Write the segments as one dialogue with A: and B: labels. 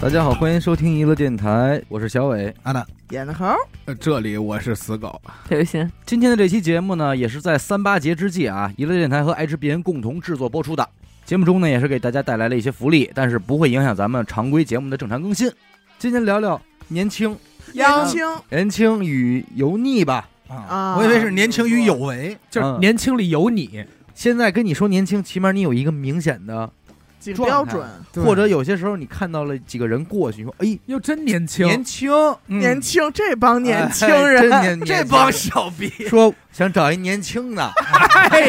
A: 大家好，欢迎收听娱乐电台，我是小伟。
B: 啊
C: 安娜，
D: 演的猴，
C: 呃这里我是死狗。
D: 刘鑫，
A: 今天的这期节目呢，也是在三八节之际啊，娱乐电台和 HBN 共同制作播出的。节目中呢，也是给大家带来了一些福利，但是不会影响咱们常规节目的正常更新。今天聊聊年轻、
D: 杨青，
A: 年轻与油腻吧。
D: 啊
C: 我以为是年轻与有为，
A: 嗯
B: 就是年轻里有你，
A: 现在跟你说年轻，起码你有一个明显的，
D: 几个
A: 状态
D: 标准，
A: 或者有些时候你看到了几个人过去，你说哎，
B: 又真年轻，嗯
C: 年轻
D: 年轻这帮年轻
A: 嗯哎真
D: 人，
A: 年
C: 这帮小逼，
A: 说想找一年轻 的，
D: 哎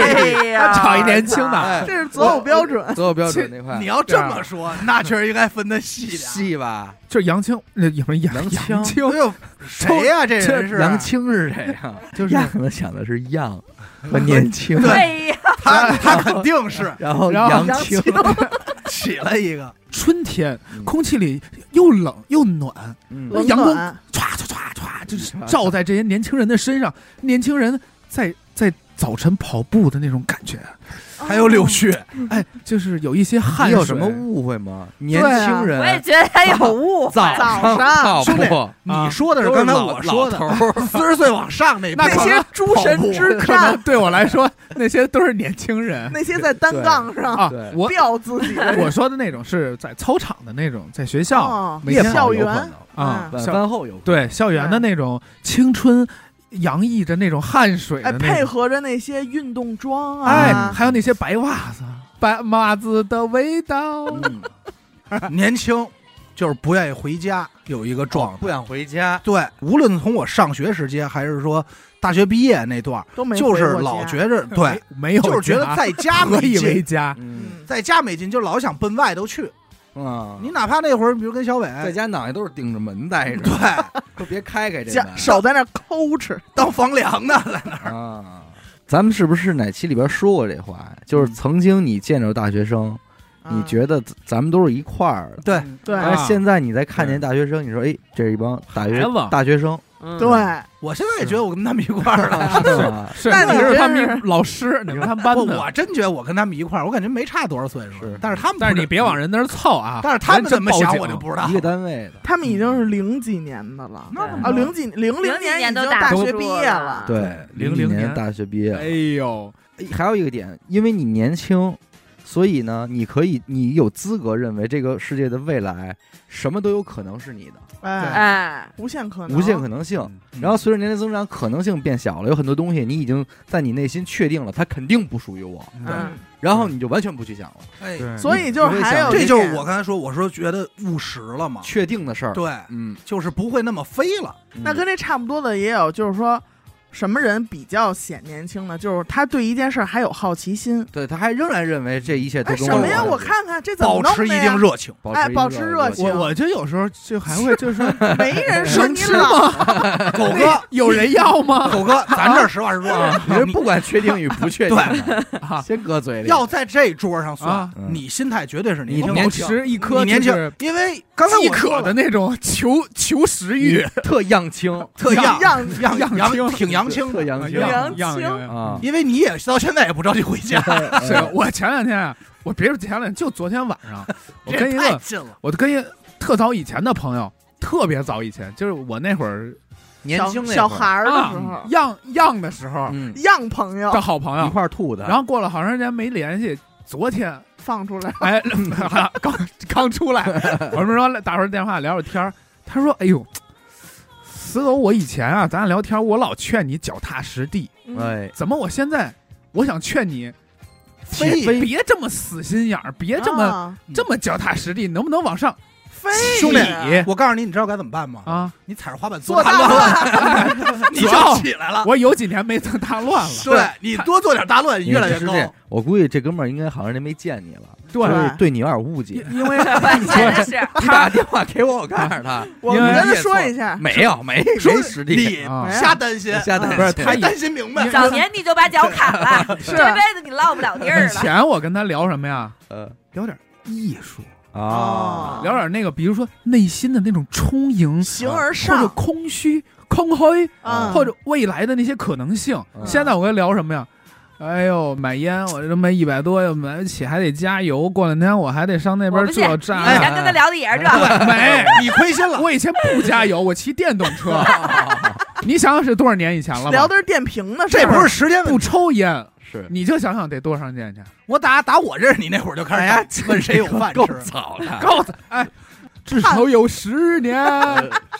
D: 呀，
B: 找一年轻的
A: 哎
D: 这是择偶标准。
A: 择偶标准那
C: 你
B: 哎
A: 块
C: 要这么说，那确实应该分的细点。
A: 细吧？
B: 啊就是杨青，呃也不是杨
A: 杨青
B: 杨青，
C: 哎呦，谁呀？这人是啊
A: 杨，青是啊这样， 就是
D: 呀
A: 可能想的是样和年轻，
D: 哎呀，
C: 他他肯定是
A: 然后
B: 然后
A: 杨
D: 杨
A: 青
D: 青，
C: 起了一个。
B: 哦春天
A: 嗯
B: 空气里又冷又暖，
A: 嗯
D: 冷
B: 阳光
D: 暖
B: 唰唰唰唰，就是照在这些年轻人的身上，年轻人在在早晨跑步的那种感觉，
D: 哦
C: 还有柳絮，
D: 嗯
B: 哎，就是有一些汗
A: 你
B: 水，
A: 有什么误会吗？年轻
D: 我也
A: 人
D: 觉得他有误
A: 啊
D: 会。
A: 早
D: 哎早上
A: 上
C: 兄弟
A: 跑步，
B: 啊
C: 你说的是
A: 都是
C: 刚才
A: 老
C: 我说的
A: 老
C: 四十岁往上那
B: 那
C: 帮
D: 那
B: 可能
D: 些诸神之
B: 可能
D: 战，
B: 对我来说，那些都是年轻人
D: 那些在单杠上
B: 啊
A: 对。
B: 我
D: 吊自己的人
B: 我说的那种是在操场的那种，在学校
D: 哦嗯
B: 每天
D: 校
A: 有可
D: 园
A: 能
B: 啊
A: 晚
B: 校
A: 饭后有可能，
B: 对校园
D: 嗯
B: 的那种青春洋溢着那种汗水的
D: 哎，
B: 那种
D: 配合着那些运动装
B: 哎，
D: 啊，
B: 还有那些白袜子，白袜子的味 道。
A: 嗯
C: 年轻，就是不愿意回家，有一个状态。
A: 不想回家，
C: 哦对，无论从我上学时间，还是说大学毕业那段儿，
D: 都没
C: 就是
D: 回过
C: 老
D: 家
C: 觉着对，
B: 没，哎没有家，
C: 就是觉得在 家
B: 何
C: 没
B: 以为
C: 劲，
B: 家？
A: 嗯
D: 嗯
C: 在家没劲，就老想奔外头去。
A: 啊，
C: 你哪怕那会儿，比如跟小伟
A: 在家脑袋都是顶着门待着，
C: 对，
A: 就别开开这
D: 家
A: 门
D: 手在那抠哧，
C: 当房梁呢，在那儿
A: 啊。 嗯咱们是不是哪期里边说过这话呀？就是曾经你见着大学生，你
D: 啊
A: 觉得咱咱们都是一块儿的，
C: 对
D: 对
A: 但是
B: 啊
A: 现在你再
D: 嗯
A: 看见大学生，你说哎，这是一帮大学
B: 孩
D: 啊
B: 子
A: 大学生，
E: 嗯
A: 啊
D: 对，
C: 我现在也觉得我跟他们一块儿了。
A: 是
B: 是
D: 那
B: 你
D: 你
B: 是
D: 真
B: 他们
D: 是
B: 一老师， 你是他们班
C: 我
B: 的。
C: 我真觉得我跟他们一块儿，我感觉没差多少岁
A: 是
C: 数，但是他们，
B: 但是你别往，人那儿凑啊！
C: 但是他们
B: 人家
C: 怎么想
B: 报警
C: 我就不知道
A: 一。个单位的，
D: 他们已经是零几年的了。
C: 那怎么
D: 啊，零几零
E: 零
D: 零
E: 几
D: 已
E: 年
D: 经
E: 都
D: 大
E: 大
D: 学
E: 叔
D: 毕业
E: 了
D: 了，
A: 对
B: 零
A: 零
B: 零年
A: 大学毕业了
B: 哎。呦，
A: 还有一个点，因为你年轻，所以呢，你可以，你有资格认为这个世界的未来什么都有可能是你的，
D: 哎，
E: 哎，
D: 无限可能，嗯
A: 无限可能性。然后随着年龄增长，可能性变小了，有很多东西你已经在你内心确定了，它肯定不属于我，
D: 嗯，
A: 然后你就完全不去想了，
C: 哎，
B: 嗯
D: 所以就是还有
C: 这
D: 一
C: 就是
D: 点
C: 我刚才说，我说觉得务实了嘛，
A: 确定的事儿。，
C: 对，
A: 嗯，
C: 就是不会那么飞了。
D: 那跟这差不多的也有，就是说什么人比较显年轻呢？就是他对一件事儿还有好奇心。
A: 对，他还仍然认为这一切都
D: 哎，
A: 跟
D: 什么呀？
A: 有
D: 我
A: 关系
D: 看看这怎么
C: 保
D: 弄
C: 持一
D: 的
C: 定
D: 呀？
C: 热情，
A: 保
D: 哎
A: 持
D: 保
A: 一
D: 持
A: 个
D: 热
A: 情
D: 情
B: 我我就有时候就还会就是 说，
D: 没人说
B: 能
D: 你
B: 吃
D: 老，
B: 吗？
C: 狗哥，
B: 有人要吗？
C: 狗哥，咱这儿实话实说啊，
A: 你这不管确定与不确定的，
B: 啊
A: 先搁嘴里。
C: 要在这桌上算
B: 啊，
A: 嗯
C: 你心态绝对是
A: 你
C: 你
A: 能
C: 年
B: 保
C: 轻，
B: 持一颗
C: 你年
B: 就是
C: 轻，因为刚才
B: 饥
C: 我说
B: 渴
C: 了
B: 的那种求求食
A: 你
B: 欲，
A: 特样青，
C: 特样
D: 样
C: 样
B: 样
C: 阳
B: 清
C: 挺阳清
A: 特
C: 的，
B: 啊
A: 阳青
D: 阳
B: 样
D: 清
B: 样
A: 啊。
C: 因为你也到现在也不着急回家，
B: 是我前两天啊，我别说前两天，就昨天晚上，我
C: 这
B: 跟一
C: 也太
B: 个
C: 近了。
B: 我跟一个特早以前的朋友，特别早以前，就是我那会儿
A: 年轻那
D: 小小
A: 会儿
D: 孩儿的时
B: 啊
D: 候，
B: 样样的时候
A: 嗯，啊
D: 样朋友
B: 的好朋
A: 一
B: 友，
A: 块儿吐的，
B: 然后过了好长时间没联系，昨天
D: 放出来，
B: 哎 刚刚出 来，我们说打会儿电话聊会儿天儿，他说哎呦。死狗，我以前啊，咱俩聊天，我老劝你脚踏实地，
A: 哎，
B: 怎么我现在我想劝你，
C: 飞
B: 别别这么死心眼儿，别这么、
D: 啊哎
B: 这么脚踏实地，能不能往上
D: 非
C: 兄弟
D: 得
C: 我告诉你，你知道该怎么办吗？
B: 哎啊？
C: 你踩着滑板
D: 做大
C: 大乱，
D: 了，
C: 你就起来了。
B: 我有几年没蹭大乱了，
C: 对你多做点大乱，你越来越
A: 是
C: 高
A: 这。样。我估计这哥们儿应该好长时间没见你了，所
B: 对
D: 对
A: 以对你有点误解。
B: 因为
E: 真的是，
A: 你打电话给我，我告诉 他
D: 我
B: 因为
D: 们跟
A: 也嗯
D: 他说
A: 错
D: 一下，
A: 没有，没
C: 说
A: 没实力，
C: 你
B: 啊
C: 瞎担心，
A: 下单
B: 不是他
C: 没
B: 以
C: 担心 明白。
E: 早年你就把脚砍了，
D: 是
E: 这
A: 啊
E: 辈子你落不了地儿
B: 以
E: 了。
B: 前我跟他聊什么呀？
A: 呃
B: 聊点艺术，
A: 啊
D: 哦，
B: 聊点那个，比如说内心的那种充盈，啊
D: 形而
B: 或者
D: 上，
B: 空虚、空虚，
D: 嗯
B: 或者未来的那些可能性。
A: 嗯
B: 现在我跟他聊什么呀？哎呦，买烟我这没一百多，又买不起，还得加油。过两天我还得上那
E: 我
B: 边
E: 不信，
B: 做
E: 你
B: 炸
A: 啊
E: 以前跟他聊的也是这，
B: 没，
C: 哎你亏心了。
B: 我以前不加油，我骑电动车。你想想是多少年以前了吧？
D: 聊的是电瓶的事
C: 这
D: 儿，
C: 不是时间问
B: 不
C: 题，
B: 抽烟，
A: 是
B: 你就想想得多长时间去？
C: 我打打我认识你那会儿就开始问谁有饭
A: 够
C: 吃。啊
A: 早的，
B: 告诉哎，至少有十 年。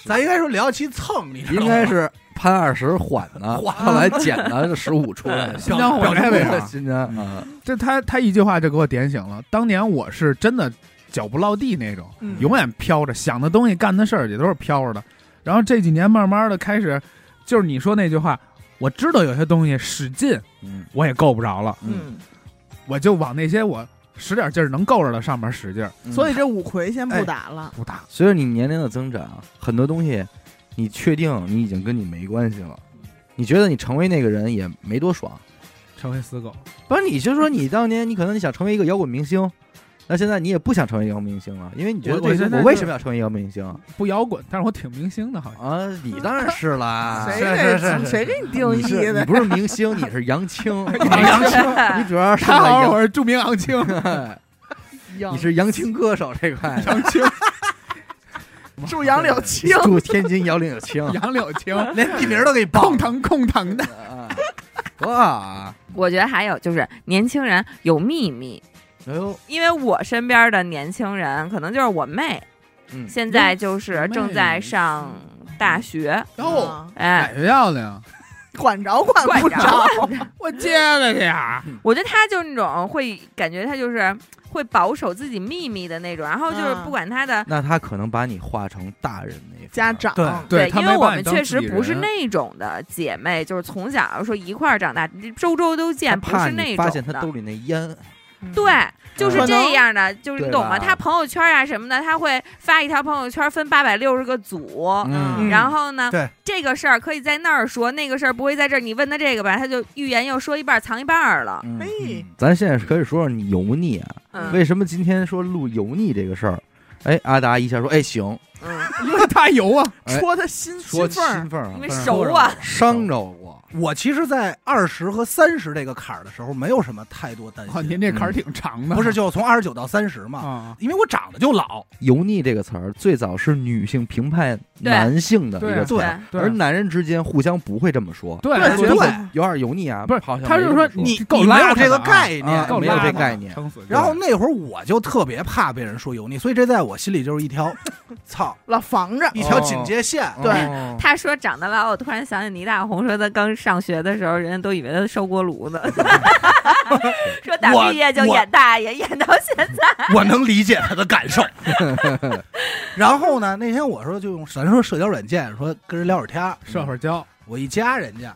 C: 咱应该说聊起蹭，你知道吗哎
A: 应该是潘二十缓的，
C: 缓
A: 后来减了十五出 来。
B: 新疆火柴尾啊，
A: 新疆啊，
B: 这他他一句话就给我点醒了。当年我是真的脚不落地那种，
D: 嗯
B: 永远飘着，想的东西、干的事儿也都是飘着的。然后这几年慢慢的开始，就是你说那句话，我知道有些东西使劲
A: 嗯
B: 我也够不着了，
D: 嗯，
B: 我就往那些我使点劲儿能够着的上面使劲儿，
A: 嗯
D: 所以这五魁先不
B: 哎
D: 打了。
B: 不打。
A: 随着你年龄的增长，很多东西你确定你已经跟你没关系了，你觉得你成为那个人也没多爽。
B: 成为死狗，
A: 不是，你就说你当年你可能你想成为一个摇滚明星，那现在你也不想成为摇滚明星了，因为你觉得
B: 我
A: 这个
B: 我现在
A: 我为
B: 就
A: 什么要成为摇滚明星
B: 不摇滚，但是我挺明星的，好像。
A: 啊？你当然哎是 啦，
D: 谁
C: 是是
D: 给
C: 是
D: 谁给你定
A: 你
D: 义
A: 是你
D: 的？
A: 不是明星，你是 杨青，
B: 杨
A: 青，你主要是
B: 哎他
A: 个
B: 好，
A: 杨，
B: 我是著名昂 青，
A: 你是扬青歌手这块的，
B: 杨青，
D: 住杨柳青，
A: 住天津摇岭有青，
B: 杨柳青，
C: 连地名都给你报
B: 空。腾空腾的。
A: 啊多好啊！
E: 我觉得还有就是年轻人有秘密，
A: 哎呦，
E: 因为我身边的年轻人可能就是我妹，
A: 嗯，
E: 现在就是正在上大学，
B: 哟，
D: 啊，
E: 哎，
B: 哪学校的呀？
D: 管着管
E: 管
D: 不
E: 着
D: 着，
B: 我接了去呀！
E: 我觉得他就是那种会感觉他就是会保守自己秘密的那种，然后就是
D: 嗯
E: 不管他的。
A: 那他可能把你化成大人那一份儿
D: 家长
C: 对
B: 对他
E: 哦因
B: 没
E: 为我
B: 把你
E: 们
B: 当
E: 确
B: 自
E: 实
B: 己
E: 不是
B: 人啊
E: 那种的姐妹，就是从小说一块儿长大，周周都
A: 他
E: 见，不
A: 怕
E: 是
A: 你
E: 那
A: 发现
E: 种
A: 他
E: 的
A: 兜。里那烟，
D: 嗯
E: 对，就是
A: 可
E: 这
D: 能
E: 样的，就是你
A: 对
E: 懂吗？
A: 吧
E: 他朋友圈啊什么的，他会发一条朋友圈，分八百六十个组，
A: 嗯
E: 然后呢，
C: 对
E: 这个事儿可以在那儿说，那个事儿不会在这儿。你问他这个吧，他就欲言又说一半儿，藏一半儿了。
A: 嗯
D: 哎，
A: 咱现在可以说说你油腻啊，
E: 嗯
A: 为什么今天说录油腻这个事儿？哎，阿达一下说，哎，行，
E: 嗯，
B: 因为他油啊，
A: 哎
D: 戳他心
A: 说
D: 心缝儿
A: 亲缝儿
E: 因
A: 啊
E: 为
A: 不是
E: 熟啊，
A: 伤着我，
C: 我其实，在二十和三十这个坎儿的时候，没有什么太多担
B: 哦，
C: 心。
B: 您这坎儿挺长的。
C: 嗯不是，就从二十九到三十嘛，
B: 啊，
C: 因为我长得就老，
A: 油腻这个词儿最早是女性评判男性的一个词
C: 对
A: 儿，
E: 对，
A: 而男人之间互相不会这么说，
B: 对对
C: 对绝对
A: 有点油腻啊，
B: 不是
A: 好像
B: 他就是
A: 没
B: 说
A: 这么
B: 你
C: 你
B: 够
C: 你没
B: 邋
C: 有
B: 遢
C: 这
B: 的
C: 个
B: 啊
C: 概念
A: 啊，
B: 够
A: 没有
B: 邋
A: 这
B: 遢
A: 概
B: 的
A: 念
B: 撑死就
C: 然后那会儿我就特别怕被人说油腻，所以这在我心里就是一条， 操，
D: 老防着，
C: 一条警戒线。
D: 对
A: 哦
E: 他说长得老，我突然想起倪大红说他刚上学的时候，人家都以为他烧锅炉呢， 说打
C: 我
E: 毕业就
C: 我
E: 演大爷，演到现在。
C: 我能理解他的感受。 然后呢，那天我说就用咱说社交软件，说跟人聊会儿天儿，
B: 社会交，
C: 我一加人家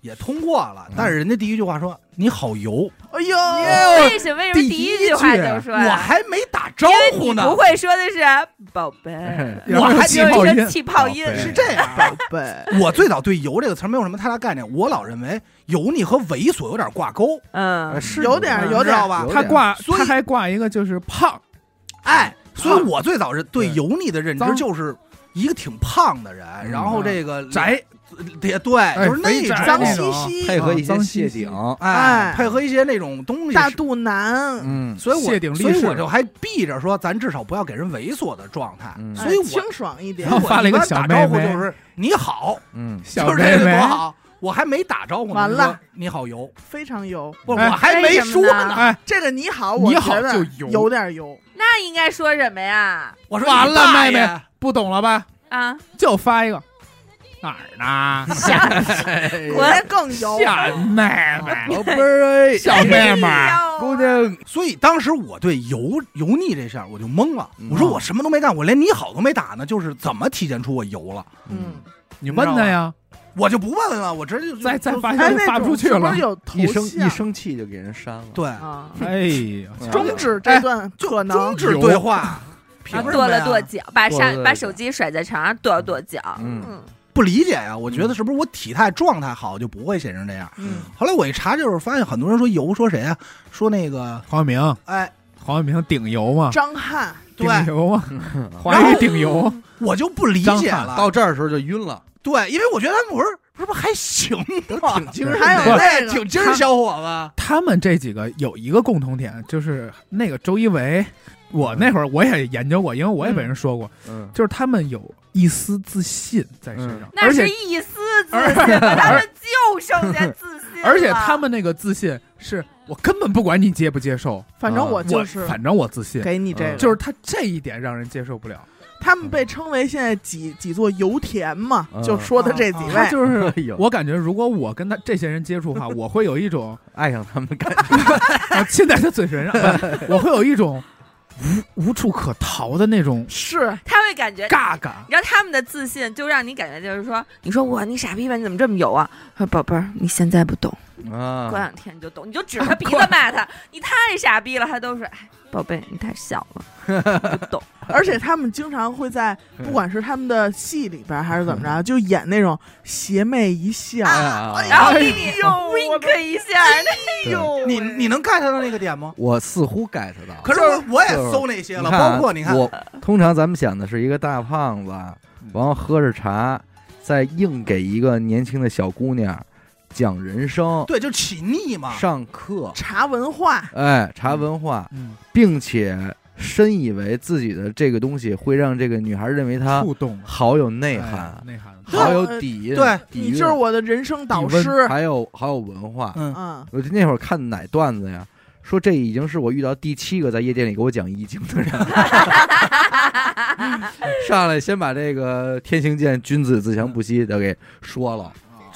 C: 也通过
E: 嗯
C: 了，但是人家第一句话说你好油，
D: 哎呦，
E: 为什么为什么第一句话就说
C: 我
E: 啊？
C: 还没打招
E: 因为
C: 呼
E: 你
C: 呢，
E: 不会说的是宝贝，
C: 我还
B: 气泡
E: 有一
B: 音
E: 个气泡音
A: 宝贝
C: 是这样。
D: 宝贝，
C: 我最早对“油”这个词儿没有什么太大概念，我老认为油腻和猥琐有点挂钩，
E: 嗯，
A: 是
D: 有点儿
C: 你
D: 有
C: 知
D: 点
C: 道
D: 儿
C: 吧？
A: 有
B: 他挂
C: 所以
B: 他还挂一个就是胖，
C: 哎，
E: 嗯
C: 所以我最早是对
B: 对
C: 油腻的认知
B: 脏
C: 就是一个挺胖的人，
E: 嗯
C: 然后这个
B: 宅，
C: 也
E: 哎
C: 对，就是那
B: 肥
C: 种
B: 宅
D: 脏
B: 那
D: 兮
B: 种
D: 兮，
A: 配合一
B: 啊
A: 些
B: 脏
A: 谢
B: 兮兮
A: 顶，
C: 哎
D: 哎，
C: 配合一些那种东西，
D: 大肚腩，
A: 嗯，
C: 所以我
B: 谢顶立
C: 所以我
B: 士
C: 就还避着说，咱至少不要给人猥琐的状态，
A: 嗯
C: 所以
D: 哎
C: 我
D: 清爽一点
B: 然。后发了一个
C: 我般
B: 小
C: 打招呼
B: 妹妹
C: 就是你好，
A: 嗯，
B: 小
C: 就是
B: 妹
C: 这个
B: 妹
C: 多。好。我还没打招呼呢，
D: 完
C: 你
D: 了
C: 说你好油，
D: 非常油。
C: 不，
B: 哎
C: 我还没说
E: 为什么呢
B: 哎，
D: 这个你好，我
B: 你好
D: 觉得
B: 就油
D: 有点油，
E: 那应该说什么呀？
C: 我说
B: 完
C: 你
B: 了，
C: 大
B: 妹
C: 爷
B: 妹不懂了吧？
E: 啊，
B: 就发一个哪儿呢？
E: 滚
D: 那更油。
B: 小妹妹，
A: 宝贝儿哎，
B: 小妹妹，
A: 姑娘，
C: 所以当时我对油油腻这事儿我就懵了
A: 嗯，
C: 我说我什么都没干，我连你好都没打呢，就是怎么体现出我油了？
D: 嗯，
B: 你问他呀，
C: 我就不问了，我直接就
B: 再再发
D: 哎，
B: 现
D: 那
B: 发不出
D: 种
B: 去
D: 是不
B: 了
D: 是。有头
A: 一生一
D: 像？
A: 生气就给人删了，
C: 对
E: 啊，
B: 哎 呀，
D: 终止这段可能啊
C: 终止对话， 凭什
E: 跺
C: 么
E: 了
C: 呀
E: 跺脚，把
A: 跺了
E: 上
A: 跺
E: 把
A: 脚
E: 手机甩在床上跺了跺脚。
A: 嗯
E: 嗯，
C: 不理解呀、我觉得是不是我体态状态好就不会显成这样？
D: 嗯，
C: 后来我一查，就是发现很多人说油说谁啊？说那个
B: 黄晓明，
C: 哎，
B: 黄晓明顶油嘛，
D: 张翰，
C: 对
B: 顶油 嘛，
A: 嗯，
B: 华谊顶油，
C: 我就不理解
B: 张
C: 了。
A: 到这儿的时候就晕了，
C: 对，因为我觉得他们不是这不还行吗？
A: 挺精神，
D: 还有那个
C: 挺精神小伙子。
B: 他们这几个有一个共同点，就是那个周一围，我那会儿我也研究过，因为我也被人说过，
A: 嗯，
B: 就是他们有一丝自信在身上，
E: 那
B: 而
E: 是
B: 且
E: 一丝自信吧，他们就剩下自信了。
B: 而且他们那个自信是我根本不管你接不接受，
D: 反正
A: 啊
D: 我就
B: 我
D: 是
B: 反正我自信，
D: 给你这个，
B: 就是他这一点让人接受不了。
D: 他们被称为现在几几座油田嘛
A: 嗯，
D: 就说的这几
B: 他
D: 位，
B: 就是。
A: 哎呦，
B: 我感觉，如果我跟他这些人接触的话，我会有一种
A: 爱上他们 干
B: 啊，亲在他嘴唇上，不我会有一种无无处可逃的那种
D: 是
E: 他会感觉
B: 尬感。
E: 你知道他们的自信，就让你感觉就是说，你说我你傻逼吧，你怎么这么有啊？说宝贝儿，你现在不懂，过
A: 啊，
E: 两天你就懂，你就指着他鼻子骂 他，你太傻逼了。他都是，哎，宝贝，你太小了，你不懂。
D: 而且他们经常会在不管是他们的戏里边还是怎么着，就演那种邪魅一笑。
C: 哎
A: 啊
E: 然后给
D: 哎
E: 你
D: 呦我
E: wink 一下，
C: 哎
A: 对
D: 呦
C: 你你能 get 到那个点吗？
A: 我似乎 get 到了。
C: 可是我我也搜那些
A: 你
C: 了，
A: 看啊
C: 包括你看，嗯
A: 我通常咱们想的是一个大胖子，然后喝着茶，再硬给一个年轻的小姑娘讲人生、
C: 对，啊就起腻嘛。
A: 上课，
D: 茶文化，
A: 哎，茶文化，
B: 嗯，
A: 并且深以为自己的这个东西会让这个女孩认为他
B: 触动
A: 好有内
B: 哎
A: 涵，
B: 内涵，
D: 对
A: 好有底蕴，
C: 对
A: 底蕴
D: 你就是我的人生导师。
A: 还有还有文化。
C: 嗯，
D: 嗯，
A: 我那会儿看哪段子呀？说这已经是我遇到第七个在夜店里给我讲易经的人了。 上来先把这个天行健，君子自强不息的给说了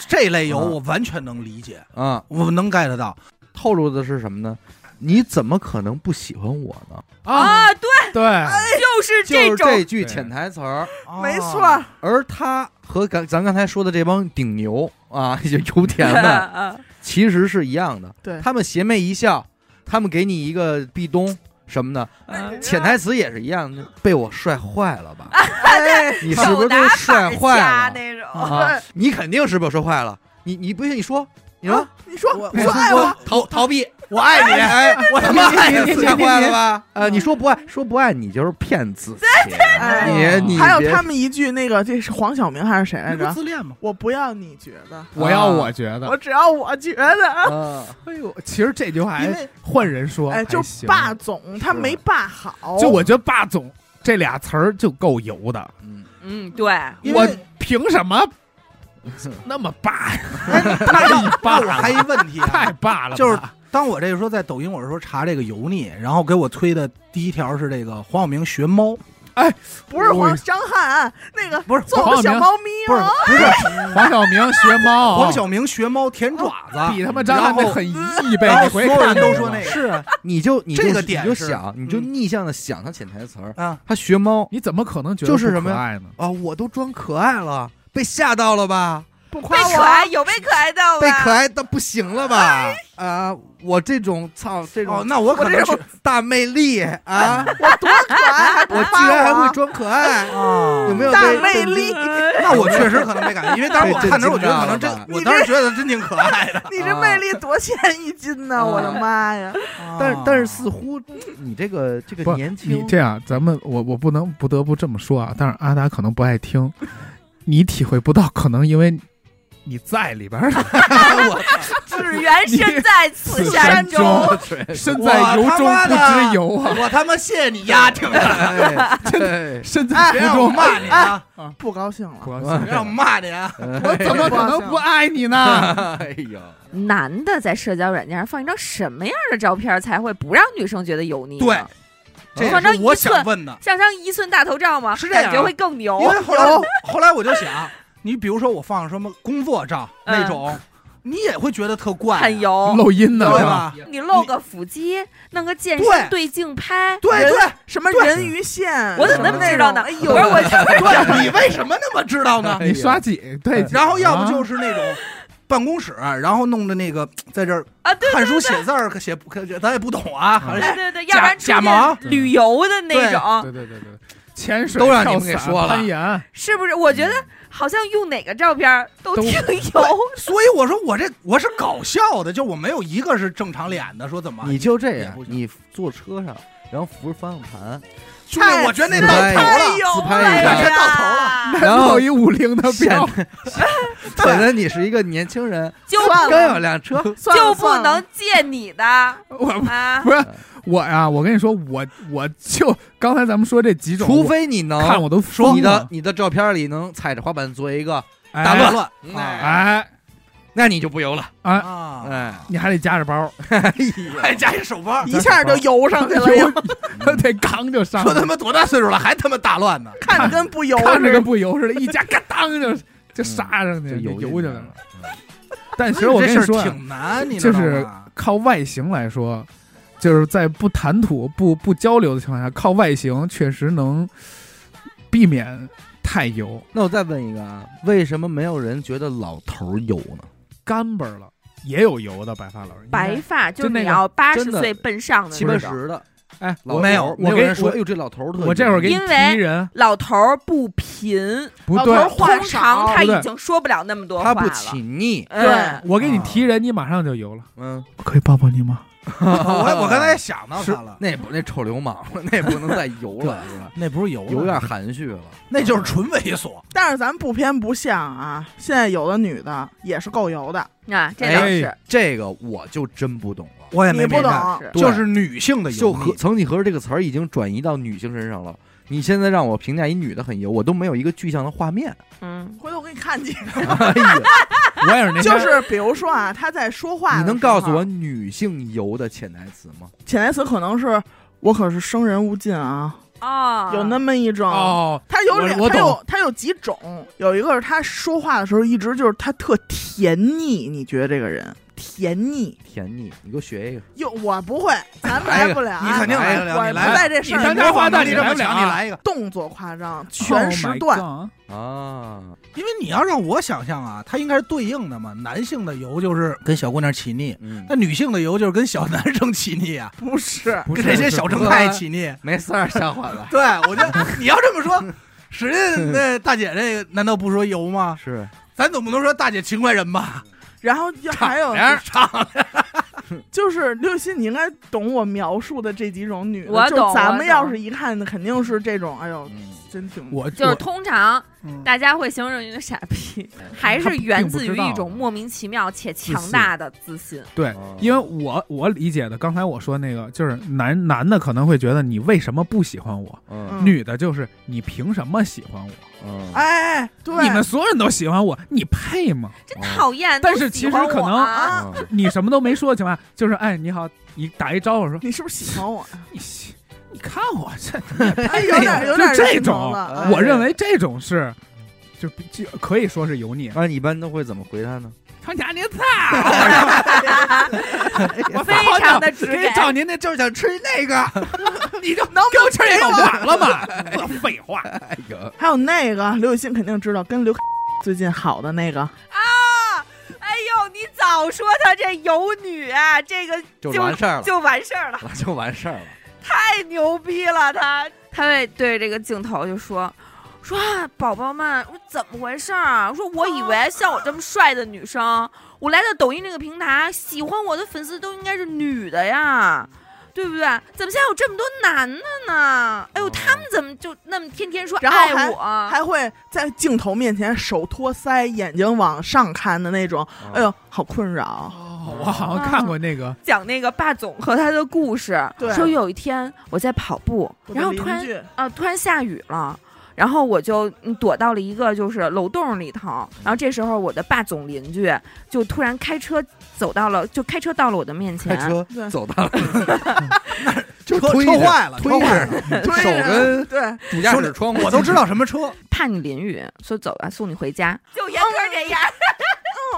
C: 这类油
A: 啊
C: 我完全能理解，
A: 啊、
C: 我能 get 到。
A: 透露的是什么呢？你怎么可能不喜欢我呢？
B: 啊，
E: 对，
B: 对，
E: 就是
A: 就是
E: 这种。
A: 这句
B: 对
A: 潜台词儿。
D: 没错啊
C: 哦，
D: 儿，
A: 而他和咱咱刚才说的这帮顶牛啊， 就油田们，
E: 嗯
A: 其实是一样的。
D: 对
A: 他们邪魅一笑，他们给你一个壁咚什么的，
E: 嗯
A: 潜台词也是一样的，被我帅坏了吧？哎你是不
E: 手
A: 是
E: 拿
A: 被
E: 板
A: 帅
E: 儿
A: 坏
E: 掐
A: 了？
E: 那种？
A: 啊，你肯定是被我帅坏了。你你不信？你说，你说，
D: 你说
C: 我
D: 你说爱我，
A: 逃逃避，
C: 我爱你，
A: 哎，
C: 我他妈爱你，
A: 帅坏了吧？呃，你说不爱，说不爱你就是骗自己。
D: 哎
A: 你你
D: 还有
A: 别
D: 他们一句那个，这是黄晓明还是谁来
A: 哎
C: 你不
D: 着？
C: 自恋吗？
D: 我不要你觉得，
B: 我
C: 啊
B: 要我觉得
D: 我，只要我觉得。
A: 啊，
B: 哎呦，其实这句话
D: 因
B: 还
D: 为
B: 换人说，
D: 哎，就
B: 还行
D: 霸，总他没霸好，
B: 就我觉得霸总这俩词儿就够油的，
A: 嗯，
E: 嗯，对，
C: 因
B: 我
C: 为
B: 凭什 么那么霸呀？
C: 那
B: 霸
C: 我还一问题啊，
B: 太霸了吧，
C: 就是当我这个时候在抖音，我是说查这个油腻，然后给我推的第一条是这个黄晓明学猫，
D: 不是
B: 我
D: 黄张翰那个
C: 不是
D: 做
B: 黄晓
D: 个小
B: 明
D: 猫咪
C: 不是
D: 哦，
C: 不是
B: 黄晓明学猫，
C: 黄晓明学猫舔爪
B: 比
C: 子，
B: 他妈张翰
C: 然
B: 那
C: 后
B: 很一倍，
C: 然
B: 你
C: 后所
B: 回
C: 有人
B: 看
C: 都
B: 看
C: 说
B: 吧
C: 那个
D: 是啊
A: 你就你就
C: 这个点
A: 你就是想，你就
C: 嗯
A: 逆向的想他潜台词儿。
C: 啊，
A: 他学猫
B: 你怎么可能觉得
A: 就是
B: 不
A: 什么呀
B: 可爱呢？
A: 啊，我都装可爱了，被吓到了吧？
D: 不夸
E: 被可爱
D: 我，
E: 有被可爱到吧？
A: 被可爱到不行了吧？啊，我这种操这
C: 哦，
A: 种
C: 那我可能
A: 这
C: 是
A: 种大魅力啊，
D: 可爱还不
A: 我居
D: 夸
A: 然还
D: 我
A: 会装可爱，
C: 啊
A: 有没有
D: 大
A: 被
D: 魅
A: 被
D: 力，
C: 那我确实可能没感觉，因为当时我
A: 被
C: 看的时候，我
A: 震
C: 觉得
A: 惊到了吧
C: 可能真，我当时觉得真挺可爱 的。
D: 你这魅力多欠一斤呢，我的妈呀！
A: 但是但是
C: 啊
A: 似乎你这个啊这个
B: 不
A: 年
B: 你
A: 轻，
B: 这样，咱们我我不能不得不这么说啊，但是阿达可能不爱听， 你体会不到，可能因为你在里边儿，
E: 只缘身在此
B: 你
E: 山中。
A: 啊
B: 身在由衷不知由啊，
C: 我他妈谢谢你丫挺的，
A: 哎对
B: 身在
C: 别
B: 由
C: 让我
B: 衷。
C: 骂你啊，
D: 不高兴了，
B: 我
C: 别让我骂你啊！
B: 我怎么可能不爱你呢？
A: 哎呦，
E: 男的在社交软件上放一张什么样的照片才会不让女生觉得油腻呢？
C: 对这也
E: 反正
C: 是我
E: 一寸
C: 想问的，
E: 上张一寸大头照吗？
C: 是这样啊
E: 感觉会更牛
C: 因。为后来后来我就想，你比如说我放什么工作照
E: 嗯
C: 那种，你也会觉得特怪啊，
E: 很 油，
B: 漏音呢
C: 对
B: 是吧？
C: 吧？
E: 你露个腹肌，弄个健
C: 对
E: 身对镜拍，
C: 对
D: 人
C: 对，
D: 什么人鱼线，
E: 我怎么
D: 什
E: 那么知道呢？
D: 那种哎
E: 不
D: 呦，
E: 是我就是
C: 对，你为什么那么知 道呢？
A: 哎
B: 你
A: 呦
B: 刷几对几？啊
C: 然后要不就是那种办公室，然后弄着那个在这儿
E: 啊，对
C: 看书写字儿，可写不可咱也不懂啊，
B: 嗯
C: 好像
E: 对对对，要不然出
C: 假盲
E: 去旅游的那
B: 啊
E: 种，
B: 对对对对，潜水
A: 都让你们
B: 跳伞
A: 给说了
B: 攀岩，
E: 是不是？我觉得好像用哪个照片都
B: 都
C: 嗯
E: 挺油。
C: 所以我说我这我是搞笑的，就我没有一个是正常脸的，说怎么
A: 你就这
C: 也
A: 样
C: 不，行
A: 你坐车上，然后扶着方向盘，
C: 兄弟，我觉得那到
A: 太
C: 头
E: 太
C: 了，
E: 油
A: 自拍一下
E: 了呀，
C: 到头了
B: 然后一五零的
A: 显
B: 标，
A: 显得你是一个年轻人，
E: 就
A: 刚有辆哎车，
D: 算了
E: 就不
D: 算了
E: 能借你的啊？
B: 我不是我呀、我跟你说，我我就刚才咱们说这几种，
A: 除非你能
B: 我看我都说
A: 你的你的照片里能踩着滑板做一个
B: 大
A: 大乱乱，哎
B: 哎
A: 那你就不游了，
B: 哎，
C: 啊，
A: 哎，
B: 你还得夹着包，
C: 还加一手包，
D: 一下就游上去了，又
B: 得扛就上
C: 说
B: 来
C: 他，妈多大岁数了，还他妈大乱呢？
D: 看着跟不游
B: 看
D: 似
B: 着
D: 的
B: 跟。不游似的，一夹嘎当就就杀上去，
A: 就游
B: 游
A: 去
B: 去了。。但其实我
C: 这
B: 跟你
C: 事儿
B: 说啊，
C: 挺难，你
B: 就
C: 知道
B: 是
C: 吗
B: 靠外形来说，就是在不谈吐、不不交流的情况下，靠外形确实能避免太油，
A: 那我再问一个啊，为什么没有人觉得老头儿油呢？
B: 干巴了也有油的白发老人。
E: 白
B: 应
E: 发就是
B: 嗯就那
E: 你
B: 个
E: 要八
A: 真
E: 十
A: 的
E: 岁奔上的
A: 七
E: 那
A: 八
E: 种。
A: 十的
B: 该哎，
A: 老头儿
C: 没有
A: 没有
B: 我跟
A: 人说，
B: 我
A: 哎呦，这老头儿特油
B: 我这会儿给你
E: 因为
B: 提人，
E: 老头儿不贫，
B: 不
D: 老头
B: 对
D: 儿，话
E: 通常
D: 少
E: 他
B: 对
E: 已经说不了那么多话
A: 他
E: 了。
A: 不起腻，
E: 嗯，
B: 我给你提人，你马上就油了。
A: 嗯，
B: 哦我可以抱抱你吗？
C: 我我刚才想到
A: 是
C: 他了，
A: 那不那臭流氓了，那不能再油 了，是吧？
C: 那不是油
A: 有点，含蓄了，
C: 那就是纯猥琐。
D: 但是咱不偏不向啊，现在有的女的也是够油的，
E: 啊，这倒
B: 哎
E: 是。
A: 这个我就真不懂了。
C: 我也
D: 你
C: 没
D: 不
C: 明
D: 懂
C: 白，
E: 是
A: 对
C: 就是女性的油
A: 就
C: 腻
A: 和曾几何时这个词儿已经转移到女性身上了。你现在让我评价一女的很油，我都没有一个具象的画 面。
E: 嗯，
D: 回头我给你看几个。
A: 哎呀，
B: 我也是那天
D: 就是比如说啊，她在说话，
A: 你能告诉我女性油的潜台词吗？
D: 潜台词可能是我可是生人勿近啊，
E: 哦，
D: 有那么一种。
B: 哦，
D: 他有两
B: 我我，
D: 他
B: 懂
D: 有他有几种，有一个是他说话的时候一直就是他特甜腻，你觉得这个人甜腻？
A: 甜腻，你给我学一个。
D: 哟，我不会，咱来不了啊，
C: 你肯定来得了，
D: 我
C: 你
D: 不
C: 来吧，
D: 在这事
B: 你
D: 儿
B: 当
D: 里
B: 家
D: 面，
B: 花旦
C: 你
B: 你
C: 这
B: 来
C: 么
B: 不了
C: 强，
B: 啊
C: 你来一个，
D: 动作夸张，全时段。
B: Oh my god
A: 啊，
C: 因为你要让我想象啊，它应该是对应的嘛。男性的油就是跟小姑娘起腻，
A: 嗯，
C: 那女性的油就是跟小男生起腻啊，
D: 不是，
B: 不
C: 跟
B: 是
C: 这些小正太起腻。
A: 没事儿，小伙子。
C: 对，我觉得你要这么说，使 劲那大姐这个难道不说油吗？
A: 是，
C: 咱总不能说大姐勤快人吧？
D: 然后就还有
C: 俩人唱
D: 就是刘雨欣，你应该懂我描述的这几种女的，
E: 我懂
D: 就咱们
E: 我懂
D: 要是一看，肯定是这种，哎呦，
A: 嗯，
D: 真挺
B: 我
E: 就是通常
B: 嗯
E: 大家会形容一个傻逼， 还是源自于一种莫名其妙且强大的自信。
B: 对，因为我我理解的，刚才我说那个就是男男的可能会觉得你为什么不喜欢我，
A: 嗯
D: 嗯
B: 女的就是你凭什么喜欢我？
A: 嗯，
D: 哎哎，对，
B: 你们所有人都喜欢我，你配吗？
E: 真讨厌！
B: 但
E: 都
B: 是
E: 喜
B: 其实
E: 欢
B: 可
E: 我
B: 能
E: 啊
A: 嗯
B: 你什么都没说的情况下， 就是哎你好，你打一招呼说
D: 你是不是喜欢我呀？啊
B: 你喜你看我这，
D: 哎，有点
B: 就
D: 有点
B: 这
D: 认
B: 种
D: 同了
A: 哎
B: 我认为这种是就就可以说是油 腻。
A: 那你一般都会怎么回他呢？
B: 他娘您操！哎我
E: 非常的直
B: 给
E: 给。
B: 找您那就是想吃那个， 你就
D: 能
B: 给我吃那个完了嘛？废话，
A: 哎呀，
D: 还有那个刘雨欣肯定知道，跟刘 最近好的那个，
E: 啊！哎呦，你早说她这有女啊，这个
A: 就完事儿了，
E: 就完事儿了，
A: 就完事儿了。
E: 太牛逼了！她她会对这个镜头就说。说啊宝宝们，我说怎么回事儿啊？我说我以为像我这么帅的女生，我来到抖音这个平台，喜欢我的粉丝都应该是女的呀，对不对？怎么现在有这么多男的呢？哎呦，他们怎么就那么天天说
D: 然后
E: 爱
C: 啊
E: 我？
D: 还会在镜头面前手托腮，眼睛往上看的那种，
C: 哦
D: 哎呦，好困扰。
B: 哦我好像看过那个，
E: 讲那个霸总和他的故事，
D: 对
E: 说有一天我在跑步，
D: 我的
E: 然后
D: 邻
E: 突然
D: 居
E: 啊、突然下雨了，然后我就嗯躲到了一个就是楼洞里头，然后这时候我的霸总邻居就突然开车走到了，就开车到了我的面
A: 开
E: 前，
A: 车
D: 对
A: 走到了，就
C: 车
A: 推
C: 车
A: 着
C: 坏了，
A: 推
C: 车
A: 着
C: 坏了，
D: 推
A: 手
D: 着
A: 跟
D: 对，
A: 主驾驶窗户，
C: 我都知道什么车。
E: 怕你淋雨，说走吧，送你回家，就严
D: 格
E: 这样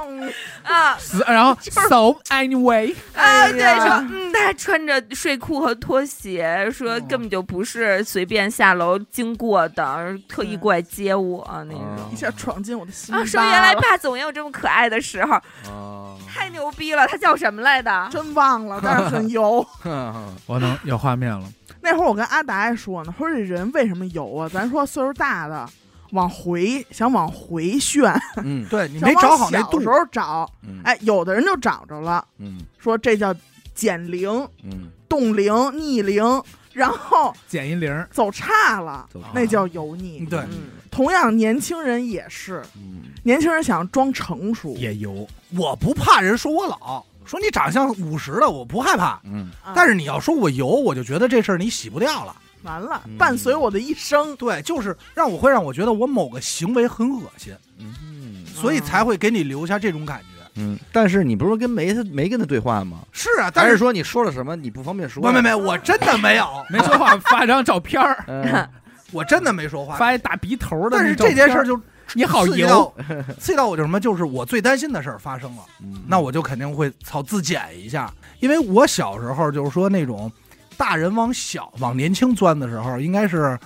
D: 嗯，
E: 啊
B: 死然后 so anyway，
E: 啊，对，
D: 呀
E: 说嗯，他穿着睡裤和拖鞋，说
A: 嗯
E: 根本就不是随便下楼经过的，特意过来接我那
A: 嗯
E: 种。
D: 一下闯进我的心
E: 啊，
D: 巴
E: 说原来
D: 了
E: 霸总也有这么可爱的时候，
A: 啊，
E: 太牛逼了！他叫什么来的？
D: 真忘了，但是很油。
B: 我能有画面了。
D: 那会儿我跟阿达还说呢，说这人为什么油啊？咱说岁数大的往回想往回炫，
A: 嗯
C: 对你
D: 想
C: 没找
D: 往
C: 好那
D: 小
C: 度
D: 时，候找，
A: 嗯
D: 哎，有的人就找着了，
A: 嗯
D: 说这叫减龄。
A: 嗯，
D: 冻龄、逆龄，然后
B: 减一零儿，
D: 走差了，
A: 走
D: 那叫油
A: 啊
D: 腻。
C: 对
E: 嗯，
D: 同样，年轻人也是，
A: 嗯，
D: 年轻人想装成熟，
B: 也油，
C: 我不怕人说我老，说你长相五十了，我不害怕。
A: 嗯，
D: 啊
C: 但是你要说我油，我就觉得这事儿你洗不掉了。
D: 完了
A: 嗯，
D: 伴随我的一生。
C: 对，就是让我会让我觉得我某个行为很恶心，
A: 嗯，
C: 所以才会给你留下这种感觉。
A: 嗯，但是你不是跟没没跟他对话吗？
C: 是啊，但
A: 还
C: 是
A: 是说你说了什么你不方便说？
C: 没没没，我真的没有，
B: 没说话发张照片儿，
A: 嗯，
C: 我真的没说话。
B: 发一大鼻头的
C: 但
B: 那
C: 是
B: 照片
C: 这
B: 儿。
C: 件事儿就
B: 你好
C: 刺激
B: 油，
C: 到，刺激到我就是什么？就是我最担心的事儿发生了，
A: 嗯
C: 那我就肯定会操自检一下，因为我小时候就是说那种大人往小往年轻钻的时候，应该是